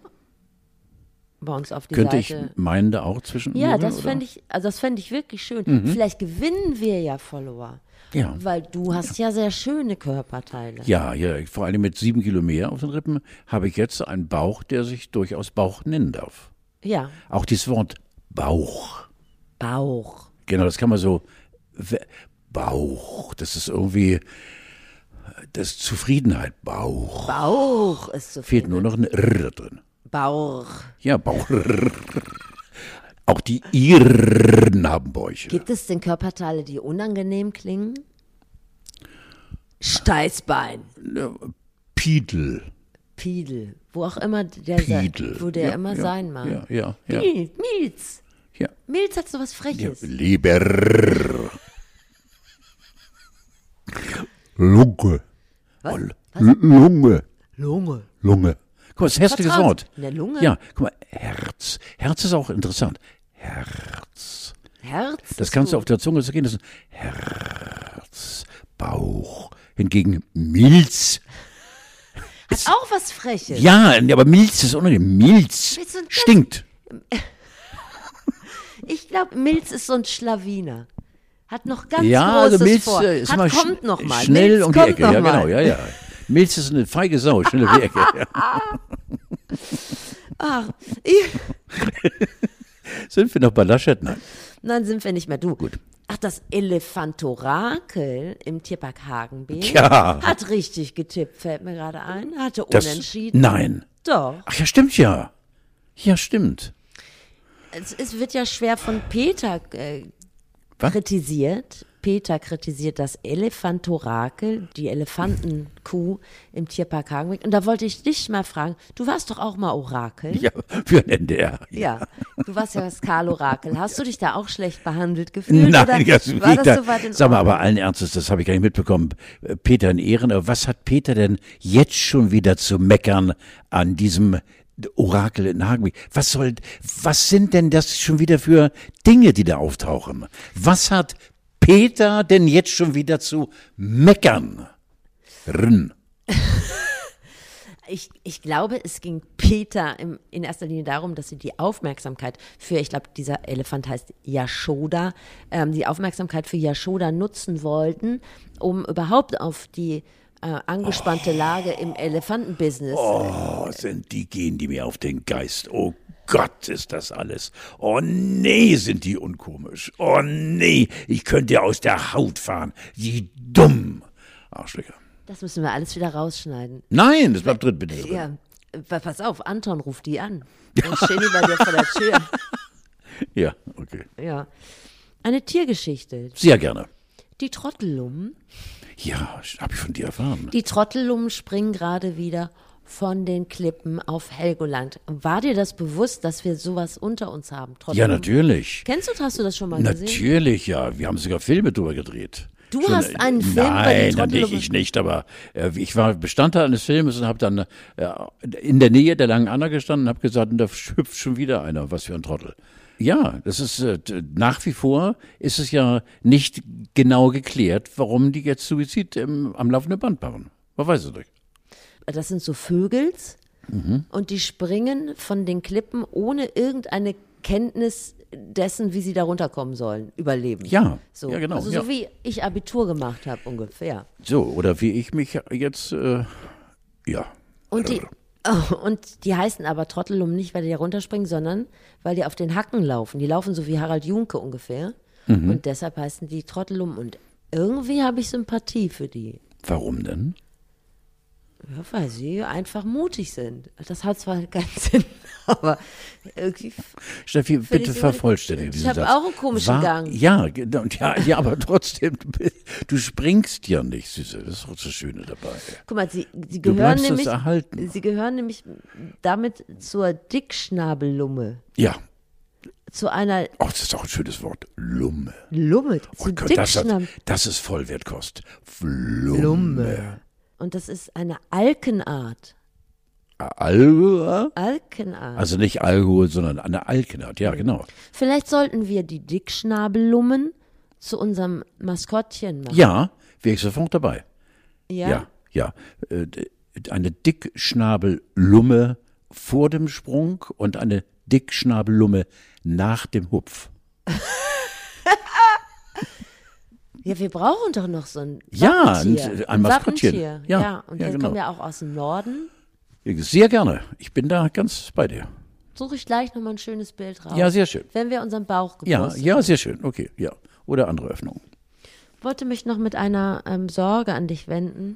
[SPEAKER 2] bei uns auf die
[SPEAKER 1] Könnte ich
[SPEAKER 2] Seite.
[SPEAKER 1] meinen da auch zwischen?
[SPEAKER 2] ja, das fände ich, also das fände ich wirklich schön. Vielleicht gewinnen wir ja Follower.
[SPEAKER 1] Mhm. Ja.
[SPEAKER 2] Weil du hast ja sehr schöne Körperteile.
[SPEAKER 1] Ja, ja, vor allem mit sieben Kilo mehr auf den Rippen habe ich jetzt einen Bauch, der sich durchaus Bauch nennen darf.
[SPEAKER 2] Ja.
[SPEAKER 1] Auch dieses Wort Bauch.
[SPEAKER 2] Bauch.
[SPEAKER 1] Genau, das kann man so. we- Bauch, das ist irgendwie. Das ist Zufriedenheit. Bauch.
[SPEAKER 2] Bauch ist so
[SPEAKER 1] Fehlt
[SPEAKER 2] viel.
[SPEAKER 1] nur noch ein R drin.
[SPEAKER 2] Bauch.
[SPEAKER 1] Ja, Bauch. Auch die Iren haben Bäuche.
[SPEAKER 2] Gibt es denn Körperteile, die unangenehm klingen? Steißbein.
[SPEAKER 1] Piedel.
[SPEAKER 2] Piedel. Wo auch immer der, se-
[SPEAKER 1] Piedel.
[SPEAKER 2] Wo der
[SPEAKER 1] Ja,
[SPEAKER 2] immer
[SPEAKER 1] ja,
[SPEAKER 2] sein mag.
[SPEAKER 1] Ja, ja, ja.
[SPEAKER 2] Milz. Milz.
[SPEAKER 1] ja.
[SPEAKER 2] Milz hat so was
[SPEAKER 1] ja.
[SPEAKER 2] Freches.
[SPEAKER 1] Leber. Lunge.
[SPEAKER 2] Was?
[SPEAKER 1] L- Lunge.
[SPEAKER 2] Lunge.
[SPEAKER 1] Lunge. Guck mal, das ist ein hässliches
[SPEAKER 2] Vertraut.
[SPEAKER 1] Wort.
[SPEAKER 2] In der Lunge?
[SPEAKER 1] Ja, guck mal, Herz. Herz ist auch interessant. Herz.
[SPEAKER 2] Herz.
[SPEAKER 1] Das
[SPEAKER 2] ist
[SPEAKER 1] kannst du auf der Zunge so gehen. Das ist Herz, Bauch. Hingegen Milz.
[SPEAKER 2] Hat auch was Freches.
[SPEAKER 1] Ja, aber Milz ist unangenehm. Milz
[SPEAKER 2] Willst du ein-
[SPEAKER 1] stinkt.
[SPEAKER 2] Ich glaube, Milz ist so ein Schlawiner. Hat noch ganz
[SPEAKER 1] Ja,
[SPEAKER 2] großes
[SPEAKER 1] also Milz
[SPEAKER 2] vor.
[SPEAKER 1] äh, ist
[SPEAKER 2] Hat,
[SPEAKER 1] mal sch-
[SPEAKER 2] kommt noch mal.
[SPEAKER 1] schnell
[SPEAKER 2] Milz
[SPEAKER 1] um die
[SPEAKER 2] kommt
[SPEAKER 1] Ecke.
[SPEAKER 2] noch
[SPEAKER 1] Ja,
[SPEAKER 2] mal.
[SPEAKER 1] genau, ja, ja. Milz ist eine feige Sau, schnell um die Ecke. Ja.
[SPEAKER 2] Ach, ich,
[SPEAKER 1] Sind wir noch bei Laschet? Nein.
[SPEAKER 2] nein, sind wir nicht mehr du. Gut. Ach, das Elefantorakel im Tierpark Hagenbeek
[SPEAKER 1] Tja.
[SPEAKER 2] hat richtig getippt, fällt mir gerade ein. Hatte
[SPEAKER 1] Das,
[SPEAKER 2] unentschieden.
[SPEAKER 1] nein.
[SPEAKER 2] Doch.
[SPEAKER 1] Ach ja, stimmt ja. Ja, stimmt.
[SPEAKER 2] Es, es wird ja schwer von Peter äh,
[SPEAKER 1] Was?
[SPEAKER 2] kritisiert. Peter kritisiert das Elefantorakel, die Elefantenkuh im Tierpark Hagenbeek. Und da wollte ich dich mal fragen, du warst doch auch mal Orakel.
[SPEAKER 1] Ja, für den NDR.
[SPEAKER 2] Ja, du warst ja das Karl-Orakel. Hast du dich da auch schlecht behandelt gefühlt? oder
[SPEAKER 1] Nein, das
[SPEAKER 2] war das
[SPEAKER 1] da,
[SPEAKER 2] so weit in
[SPEAKER 1] Sag mal,
[SPEAKER 2] Ordnung?
[SPEAKER 1] aber allen Ernstes, das habe ich gar nicht mitbekommen. äh, Peter in Ehren, aber was hat Peter denn jetzt schon wieder zu meckern an diesem Orakel in Hagenbeek? Was soll, was sind denn das schon wieder für Dinge, die da auftauchen? Was hat Peter denn jetzt schon wieder zu meckern? Rn.
[SPEAKER 2] ich, ich glaube, es ging Peter im, in erster Linie darum, dass sie die Aufmerksamkeit für, ich glaube, dieser Elefant heißt Yashoda, ähm, die Aufmerksamkeit für Yashoda nutzen wollten, um überhaupt auf die äh, angespannte Lage im Elefantenbusiness
[SPEAKER 1] Oh, sind die gehen die mir auf den Geist. Oh Gott, ist das alles. Oh nee, sind die unkomisch. Oh nee, ich könnte aus der Haut fahren. Die dumm. Arschlöcher.
[SPEAKER 2] Das müssen wir alles wieder rausschneiden.
[SPEAKER 1] Nein, das bleibt drin, bitte. drin.
[SPEAKER 2] Ja, äh, pass auf, Anton ruft die an. Dann stehen die bei dir vor der Tür.
[SPEAKER 1] ja, okay.
[SPEAKER 2] Ja. Eine Tiergeschichte.
[SPEAKER 1] Sehr gerne.
[SPEAKER 2] Die Trottellummen.
[SPEAKER 1] Ja, habe ich von dir erfahren.
[SPEAKER 2] Die Trottellummen springen gerade wieder von den Klippen auf Helgoland. War dir das bewusst, dass wir sowas unter uns haben?
[SPEAKER 1] Ja,
[SPEAKER 2] Trottellummen?
[SPEAKER 1] natürlich.
[SPEAKER 2] Kennst du, hast du das schon mal gesehen?
[SPEAKER 1] Natürlich, ja. Wir haben sogar Filme drüber gedreht. äh,
[SPEAKER 2] Du hast einen Film bei den
[SPEAKER 1] Nein, natürlich
[SPEAKER 2] Trottelungen-
[SPEAKER 1] ich nicht, aber äh, ich war Bestandteil eines Filmes und habe dann äh, in der Nähe der langen Anna gestanden und habe gesagt, und da hüpft schon wieder einer, was für ein Trottel. Ja, das ist äh, d- nach wie vor ist es ja nicht genau geklärt, warum die jetzt Suizid im, am laufenden Band machen. Man weiß es nicht.
[SPEAKER 2] Das sind so Vögels
[SPEAKER 1] Mhm.
[SPEAKER 2] und die springen von den Klippen ohne irgendeine Kenntnis dessen, wie sie da runterkommen sollen, überleben.
[SPEAKER 1] Ja,
[SPEAKER 2] so.
[SPEAKER 1] ja, genau,
[SPEAKER 2] Also
[SPEAKER 1] ja.
[SPEAKER 2] so wie ich Abitur gemacht habe ungefähr.
[SPEAKER 1] So, oder wie ich mich jetzt, äh, ja.
[SPEAKER 2] Und die, oh, und die heißen aber Trottellum nicht, weil die da runterspringen, sondern weil die auf den Hacken laufen. Die laufen so wie Harald Junke ungefähr.
[SPEAKER 1] Mhm.
[SPEAKER 2] Und deshalb heißen die Trottellum. Und irgendwie habe ich Sympathie für die.
[SPEAKER 1] Warum denn?
[SPEAKER 2] Ja, weil sie einfach mutig sind. Das hat zwar keinen Sinn, aber irgendwie. f-
[SPEAKER 1] Steffi,
[SPEAKER 2] ich
[SPEAKER 1] bitte
[SPEAKER 2] immer-
[SPEAKER 1] vervollständige
[SPEAKER 2] Ich
[SPEAKER 1] diesen
[SPEAKER 2] hab
[SPEAKER 1] Satz.
[SPEAKER 2] auch einen komischen Gang.
[SPEAKER 1] Ja, genau, ja, ja, aber trotzdem, du springst ja nicht, Süße. Das ist auch das Schöne dabei.
[SPEAKER 2] Guck mal, sie, sie
[SPEAKER 1] Du
[SPEAKER 2] gehören
[SPEAKER 1] bleibst das
[SPEAKER 2] nämlich.
[SPEAKER 1] erhalten.
[SPEAKER 2] Sie gehören nämlich damit zur Dickschnabellumme.
[SPEAKER 1] Ja,
[SPEAKER 2] Zu einer
[SPEAKER 1] oh, das ist auch ein schönes Wort. Lumme.
[SPEAKER 2] Lumme.
[SPEAKER 1] Oh
[SPEAKER 2] Zu
[SPEAKER 1] Gott, das, hat,
[SPEAKER 2] Dickschnabel.
[SPEAKER 1] das ist Vollwertkost. Lumme.
[SPEAKER 2] Und das ist eine Alkenart.
[SPEAKER 1] Alkohol?
[SPEAKER 2] Alkenart.
[SPEAKER 1] Also nicht Alkohol, sondern eine Alkenart. Ja, genau.
[SPEAKER 2] Vielleicht sollten wir die Dickschnabellummen zu unserem Maskottchen machen.
[SPEAKER 1] Ja, wäre ich sofort dabei.
[SPEAKER 2] Ja.
[SPEAKER 1] Ja, ja. Äh, d- Eine Dickschnabellumme vor dem Sprung und eine Dickschnabellumme nach dem Hupf.
[SPEAKER 2] Ja, wir brauchen doch noch so ein
[SPEAKER 1] Ja, ein-
[SPEAKER 2] Wappentier.
[SPEAKER 1] ein Maskottchen.
[SPEAKER 2] Wappentier. Ja,
[SPEAKER 1] Ja,
[SPEAKER 2] und
[SPEAKER 1] ja,
[SPEAKER 2] wir
[SPEAKER 1] genau.
[SPEAKER 2] kommen ja auch aus dem Norden.
[SPEAKER 1] Sehr gerne. Ich bin da ganz bei dir.
[SPEAKER 2] Suche ich gleich nochmal ein schönes Bild raus.
[SPEAKER 1] Ja, sehr schön.
[SPEAKER 2] Wenn wir unseren Bauch
[SPEAKER 1] Ja,
[SPEAKER 2] gepustet.
[SPEAKER 1] ja, sehr schön. Okay, ja. Oder andere Öffnung.
[SPEAKER 2] wollte mich noch mit einer ähm, Sorge an dich wenden.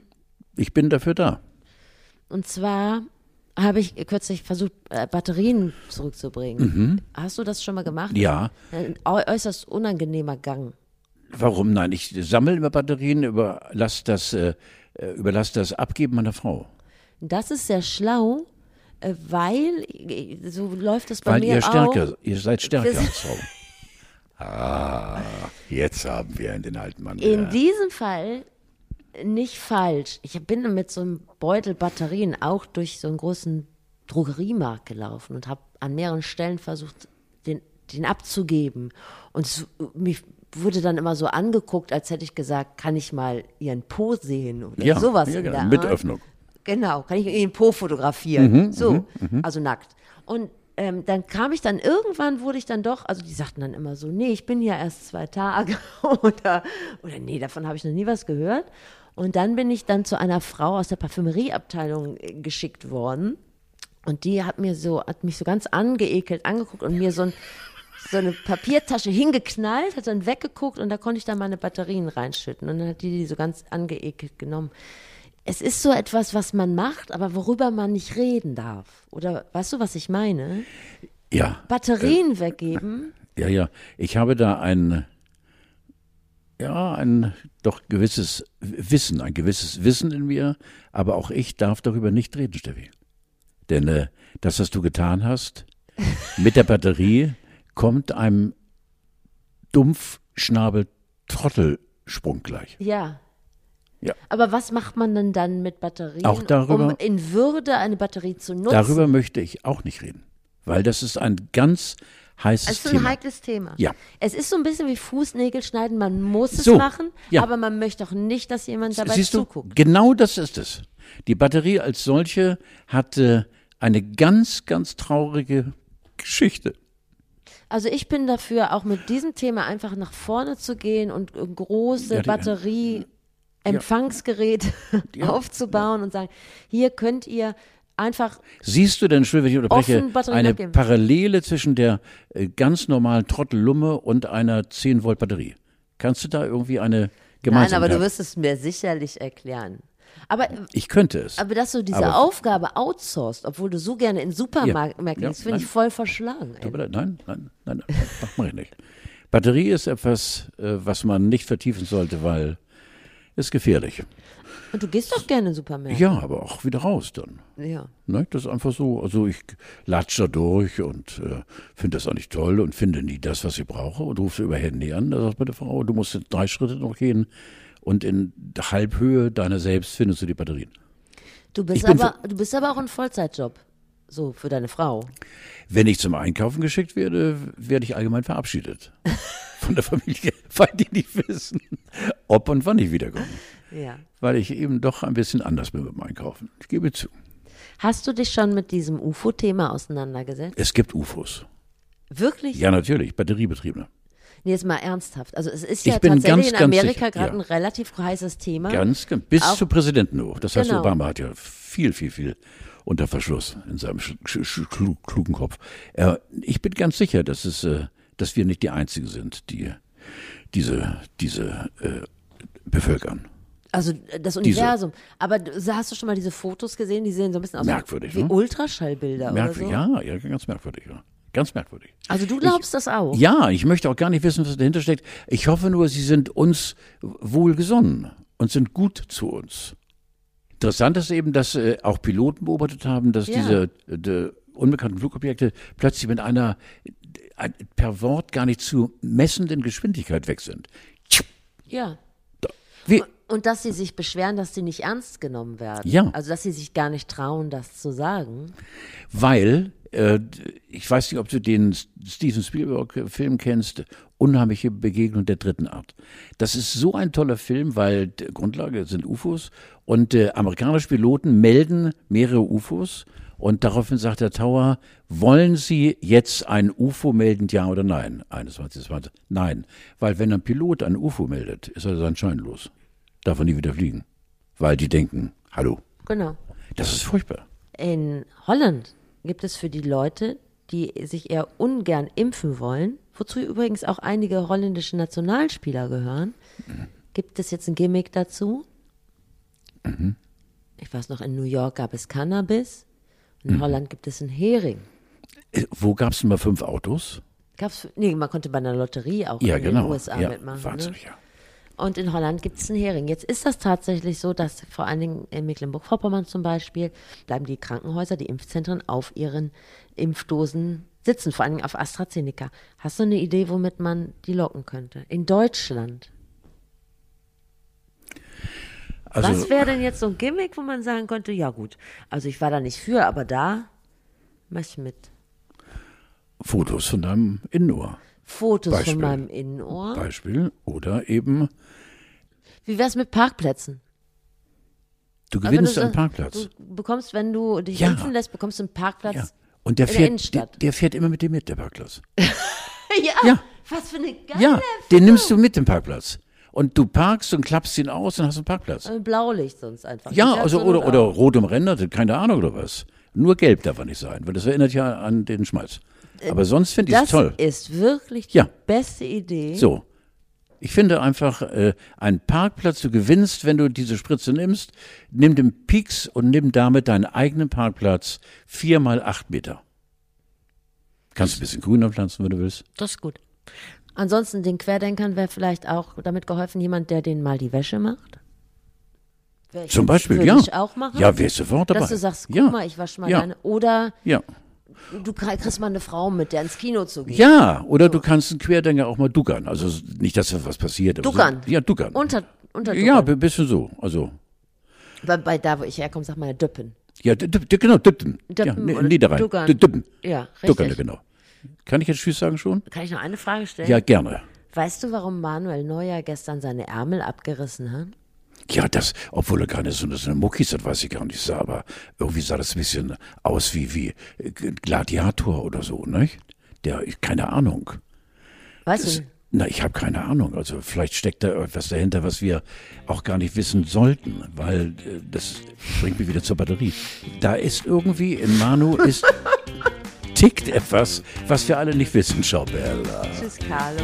[SPEAKER 1] Ich bin dafür da.
[SPEAKER 2] Und zwar habe ich kürzlich versucht, äh, Batterien zurückzubringen. Hast du das schon mal gemacht?
[SPEAKER 1] Mhm. Ja.
[SPEAKER 2] Ein äu äußerst unangenehmer Gang.
[SPEAKER 1] Warum? Nein, ich sammle immer Batterien, überlasse das, äh, äh, überlasse das Abgeben meiner Frau.
[SPEAKER 2] Das ist sehr schlau, äh, weil äh, so läuft das bei
[SPEAKER 1] Weil
[SPEAKER 2] mir
[SPEAKER 1] ihr stärker,
[SPEAKER 2] auch.
[SPEAKER 1] ihr seid stärker
[SPEAKER 2] Wir-
[SPEAKER 1] als Frau. Ah, jetzt haben wir den alten Mann.
[SPEAKER 2] In
[SPEAKER 1] wieder.
[SPEAKER 2] diesem Fall nicht falsch. Ich bin mit so einem Beutel Batterien auch durch so einen großen Drogeriemarkt gelaufen und habe an mehreren Stellen versucht, den, den abzugeben. Und es, mich wurde dann immer so angeguckt, als hätte ich gesagt, kann ich mal ihren Po sehen oder
[SPEAKER 1] Ja,
[SPEAKER 2] sowas.
[SPEAKER 1] ja,
[SPEAKER 2] in
[SPEAKER 1] genau.
[SPEAKER 2] der
[SPEAKER 1] Mit
[SPEAKER 2] Art.
[SPEAKER 1] Öffnung.
[SPEAKER 2] Genau, kann ich ihren Po fotografieren. so, also nackt. Und ähm, dann kam ich dann irgendwann, wurde ich dann doch, also die sagten dann immer so, nee, ich bin ja erst zwei Tage oder, oder nee, davon habe ich noch nie was gehört. Und dann bin ich dann zu einer Frau aus der Parfümerieabteilung äh, geschickt worden. Und die hat mir so, hat mich so ganz angeekelt angeguckt und mir so, ein, so eine Papiertasche hingeknallt, hat dann weggeguckt und da konnte ich dann meine Batterien reinschütten. Und dann hat die die so ganz angeekelt genommen. Es ist so etwas, was man macht, aber worüber man nicht reden darf. Oder weißt du, was ich meine?
[SPEAKER 1] Ja,
[SPEAKER 2] Batterien
[SPEAKER 1] Äh.
[SPEAKER 2] weggeben.
[SPEAKER 1] ja, ja. Ich habe da ein, ja, ein doch gewisses Wissen, ein gewisses Wissen in mir, aber auch ich darf darüber nicht reden, Steffi. Denn äh, das, was du getan hast, mit der Batterie kommt einem Dumpfschnabel-Trottelsprung gleich.
[SPEAKER 2] Ja.
[SPEAKER 1] Ja.
[SPEAKER 2] Aber was macht man denn dann mit Batterien,
[SPEAKER 1] Auch darüber-
[SPEAKER 2] um in Würde eine Batterie zu nutzen?
[SPEAKER 1] Darüber möchte ich auch nicht reden, weil das ist ein ganz heißes
[SPEAKER 2] Es ist Also ein
[SPEAKER 1] Thema.
[SPEAKER 2] heikles Thema.
[SPEAKER 1] Ja.
[SPEAKER 2] Es ist so ein bisschen wie Fußnägel schneiden, man muss es
[SPEAKER 1] So,
[SPEAKER 2] machen,
[SPEAKER 1] ja.
[SPEAKER 2] aber man möchte auch nicht, dass jemand dabei
[SPEAKER 1] Siehst du,
[SPEAKER 2] zuguckt.
[SPEAKER 1] genau das ist es. Die Batterie als solche hatte eine ganz, ganz traurige Geschichte.
[SPEAKER 2] Also ich bin dafür, auch mit diesem Thema einfach nach vorne zu gehen und äh, große
[SPEAKER 1] Ja, die-
[SPEAKER 2] Batterie. Empfangsgerät aufzubauen und sagen, hier könnt ihr einfach
[SPEAKER 1] Siehst du denn, schön, wenn ich unterbreche,
[SPEAKER 2] Offen Batterien
[SPEAKER 1] eine
[SPEAKER 2] abgeben.
[SPEAKER 1] Parallele zwischen der äh, ganz normalen Trottellumme und einer 10-Volt-Batterie? Kannst du da irgendwie eine
[SPEAKER 2] Nein,
[SPEAKER 1] gemeinsame
[SPEAKER 2] aber du wirst es mir sicherlich erklären. Aber, äh,
[SPEAKER 1] Ich könnte es.
[SPEAKER 2] aber dass du diese
[SPEAKER 1] Aber-
[SPEAKER 2] Aufgabe outsourcest, obwohl du so gerne in Supermärkten
[SPEAKER 1] Ja,
[SPEAKER 2] gehst, finde ich
[SPEAKER 1] nein.
[SPEAKER 2] voll verschlagen. ey.
[SPEAKER 1] Aber da- nein, nein, nein, nein, das mache ich nicht. Batterie ist etwas, äh, was man nicht vertiefen sollte, weil ist gefährlich.
[SPEAKER 2] Und du gehst doch gerne in Supermärkte.
[SPEAKER 1] Ja, aber auch wieder raus dann.
[SPEAKER 2] ja.
[SPEAKER 1] Ne, das ist einfach so. Also ich latsche da durch und äh, finde das eigentlich toll und finde nie das, was ich brauche und rufe über Handy an. Da sagt meine Frau, du musst jetzt drei Schritte noch gehen und in Halbhöhe deiner selbst findest du die Batterien.
[SPEAKER 2] Du bist,
[SPEAKER 1] Ich bin
[SPEAKER 2] aber, du bist aber auch ein Vollzeitjob. So, für deine Frau.
[SPEAKER 1] Wenn ich zum Einkaufen geschickt werde, werde ich allgemein verabschiedet. Von der Familie, weil die nicht wissen, ob und wann ich wiederkomme.
[SPEAKER 2] Ja.
[SPEAKER 1] Weil ich eben doch ein bisschen anders bin beim Einkaufen. Ich gebe zu.
[SPEAKER 2] Hast du dich schon mit diesem UFO-Thema auseinandergesetzt?
[SPEAKER 1] Es gibt UFOs.
[SPEAKER 2] Wirklich?
[SPEAKER 1] Ja, natürlich, batteriebetriebene.
[SPEAKER 2] Nee, jetzt mal ernsthaft. Also es ist
[SPEAKER 1] Ich
[SPEAKER 2] ja
[SPEAKER 1] bin ganz,
[SPEAKER 2] tatsächlich in
[SPEAKER 1] ganz
[SPEAKER 2] Amerika
[SPEAKER 1] sicher,
[SPEAKER 2] gerade
[SPEAKER 1] ja.
[SPEAKER 2] ein relativ heißes Thema.
[SPEAKER 1] Ganz, ganz bis
[SPEAKER 2] Hm? Auch-
[SPEAKER 1] zu Präsidenten hoch. Das heißt,
[SPEAKER 2] Genau.
[SPEAKER 1] Obama hat ja viel, viel, viel unter Verschluss in seinem sch sch sch klu- klugen Kopf. Äh, ich bin ganz sicher, dass es, äh, dass wir nicht die Einzigen sind, die diese, diese äh, bevölkern.
[SPEAKER 2] Also äh, das Universum. Aber du- hast du schon mal diese Fotos gesehen? Die sehen so ein bisschen aus
[SPEAKER 1] Merkwürdig,
[SPEAKER 2] wie
[SPEAKER 1] ne?
[SPEAKER 2] Ultraschallbilder
[SPEAKER 1] Merkwürdig,
[SPEAKER 2] oder so.
[SPEAKER 1] ja, ja, ganz merkwürdig, ja. Ganz merkwürdig.
[SPEAKER 2] Also du glaubst das auch.
[SPEAKER 1] Ja, ich möchte auch gar nicht wissen, was dahinter steckt. Ich hoffe nur, sie sind uns wohlgesonnen und sind gut zu uns. Interessant ist eben, dass äh, auch Piloten beobachtet haben, dass
[SPEAKER 2] Ja.
[SPEAKER 1] diese äh, de, unbekannten Flugobjekte plötzlich mit einer äh, ein- per Wort gar nicht zu messenden Geschwindigkeit weg sind.
[SPEAKER 2] ja.
[SPEAKER 1] Wie,
[SPEAKER 2] Und dass sie sich beschweren, dass sie nicht ernst genommen werden.
[SPEAKER 1] Ja.
[SPEAKER 2] Also dass sie sich gar nicht trauen, das zu sagen.
[SPEAKER 1] weil Äh, ich weiß nicht, ob du den Steven Spielberg-Film kennst, Unheimliche Begegnung der dritten Art. Das ist so ein toller Film, weil Grundlage sind UFOs und äh, amerikanische Piloten melden mehrere UFOs und daraufhin sagt der Tower, wollen Sie jetzt ein UFO melden, ja oder nein? 21, 20, nein. Weil wenn ein Pilot ein UFO meldet, ist er sein Schein los. Darf er nie wieder fliegen. Weil die denken, hallo.
[SPEAKER 2] Genau.
[SPEAKER 1] Das ist furchtbar.
[SPEAKER 2] In Holland gibt es für die Leute, die sich eher ungern impfen wollen, wozu übrigens auch einige holländische Nationalspieler gehören, gibt es jetzt ein Gimmick dazu.
[SPEAKER 1] Mhm.
[SPEAKER 2] Ich weiß noch, in New York gab es Cannabis, in
[SPEAKER 1] Mhm.
[SPEAKER 2] Holland gibt es einen Hering.
[SPEAKER 1] Äh, Wo gab es denn mal fünf Autos?
[SPEAKER 2] Gab's, nee, man konnte bei einer Lotterie auch
[SPEAKER 1] Ja,
[SPEAKER 2] in
[SPEAKER 1] genau.
[SPEAKER 2] den USA
[SPEAKER 1] ja,
[SPEAKER 2] mitmachen.
[SPEAKER 1] Wahnsinn,
[SPEAKER 2] Ne?
[SPEAKER 1] ja.
[SPEAKER 2] Und in Holland gibt es einen Hering. Jetzt ist das tatsächlich so, dass vor allen Dingen in Mecklenburg-Vorpommern zum Beispiel bleiben die Krankenhäuser, die Impfzentren auf ihren Impfdosen sitzen, vor allen Dingen auf AstraZeneca. Hast du eine Idee, womit man die locken könnte? In Deutschland.
[SPEAKER 1] Also,
[SPEAKER 2] Was wäre denn jetzt so ein Gimmick, wo man sagen könnte, ja gut, also ich war da nicht für, aber da mach ich mit.
[SPEAKER 1] Fotos von deinem Innenohr.
[SPEAKER 2] Fotos
[SPEAKER 1] Beispiel.
[SPEAKER 2] von meinem Innenohr.
[SPEAKER 1] Beispiel. Oder eben,
[SPEAKER 2] Wie wär's mit Parkplätzen?
[SPEAKER 1] du
[SPEAKER 2] Also wenn
[SPEAKER 1] gewinnst
[SPEAKER 2] du
[SPEAKER 1] einen
[SPEAKER 2] so-
[SPEAKER 1] Parkplatz.
[SPEAKER 2] Du bekommst, wenn du dich
[SPEAKER 1] Ja.
[SPEAKER 2] impfen lässt, bekommst du einen Parkplatz.
[SPEAKER 1] Ja. Und der
[SPEAKER 2] in der
[SPEAKER 1] fährt, der,
[SPEAKER 2] Innenstadt.
[SPEAKER 1] der fährt immer mit dir mit, der Parkplatz.
[SPEAKER 2] Ja.
[SPEAKER 1] Ja.
[SPEAKER 2] Was für eine geile
[SPEAKER 1] Ja, den nimmst du mit, den Parkplatz. Und du parkst und klappst ihn aus und hast einen Parkplatz.
[SPEAKER 2] Äh, Blaulicht sonst einfach.
[SPEAKER 1] Ja,
[SPEAKER 2] Die
[SPEAKER 1] also
[SPEAKER 2] Kerzen
[SPEAKER 1] oder,
[SPEAKER 2] und
[SPEAKER 1] oder
[SPEAKER 2] auch.
[SPEAKER 1] rot umrändert, keine Ahnung oder was. Nur gelb darf er nicht sein, weil das erinnert ja an den Schmalz. Aber sonst finde ich es
[SPEAKER 2] Äh, Das
[SPEAKER 1] toll.
[SPEAKER 2] ist wirklich die
[SPEAKER 1] Ja.
[SPEAKER 2] beste Idee.
[SPEAKER 1] So. Ich finde einfach, äh, einen Parkplatz, du gewinnst, wenn du diese Spritze nimmst, nimm den Pieks und nimm damit deinen eigenen Parkplatz, vier mal acht Meter. Kannst du ein bisschen grüner pflanzen, wenn du willst.
[SPEAKER 2] Das ist gut. Ansonsten den Querdenkern wäre vielleicht auch damit geholfen, jemand, der denen mal die Wäsche macht. Wär ich-
[SPEAKER 1] Zum Beispiel,
[SPEAKER 2] würde
[SPEAKER 1] ja.
[SPEAKER 2] Ich auch machen.
[SPEAKER 1] Ja, wärst sofort dabei.
[SPEAKER 2] Dass du sagst, guck
[SPEAKER 1] ja.
[SPEAKER 2] mal, ich wasche mal
[SPEAKER 1] ja.
[SPEAKER 2] deine. Oder
[SPEAKER 1] Ja.
[SPEAKER 2] du krie- kriegst mal eine Frau mit, der ins Kino zu gehen.
[SPEAKER 1] Ja, oder du kannst einen Querdenker auch mal duckern. Also s- nicht, dass da was passiert. aber
[SPEAKER 2] Duckern.
[SPEAKER 1] So, ja, duckern.
[SPEAKER 2] Unter, unter
[SPEAKER 1] ja, ein bisschen so. Also,
[SPEAKER 2] bei, bei da, wo ich herkomme, sag mal Döppen.
[SPEAKER 1] ja, d- d- d- genau, dippen. Ja,
[SPEAKER 2] Döppen
[SPEAKER 1] ne-
[SPEAKER 2] oder
[SPEAKER 1] Niederrhein.
[SPEAKER 2] duckern.
[SPEAKER 1] D- Dippen.
[SPEAKER 2] Ja, richtig.
[SPEAKER 1] Duckern, ja, genau. Kann ich jetzt Tschüss sagen schon?
[SPEAKER 2] Kann ich noch eine Frage stellen?
[SPEAKER 1] Ja, gerne.
[SPEAKER 2] Weißt du, warum Manuel Neuer gestern seine Ärmel abgerissen hat?
[SPEAKER 1] Ja, das, obwohl er keine so so eine Muckis hat, weiß ich gar nicht, sah, aber irgendwie sah das ein bisschen aus wie, wie äh, Gladiator oder so, nicht? Der, ich- keine Ahnung.
[SPEAKER 2] Weißt
[SPEAKER 1] Das,
[SPEAKER 2] du?
[SPEAKER 1] na, ich habe keine Ahnung. Also vielleicht steckt da etwas dahinter, was wir auch gar nicht wissen sollten, weil äh, das bringt mich wieder zur Batterie. Da ist irgendwie in Manu ist tickt etwas, was wir alle nicht wissen, Schaubella.
[SPEAKER 2] Tschüss, Carlo.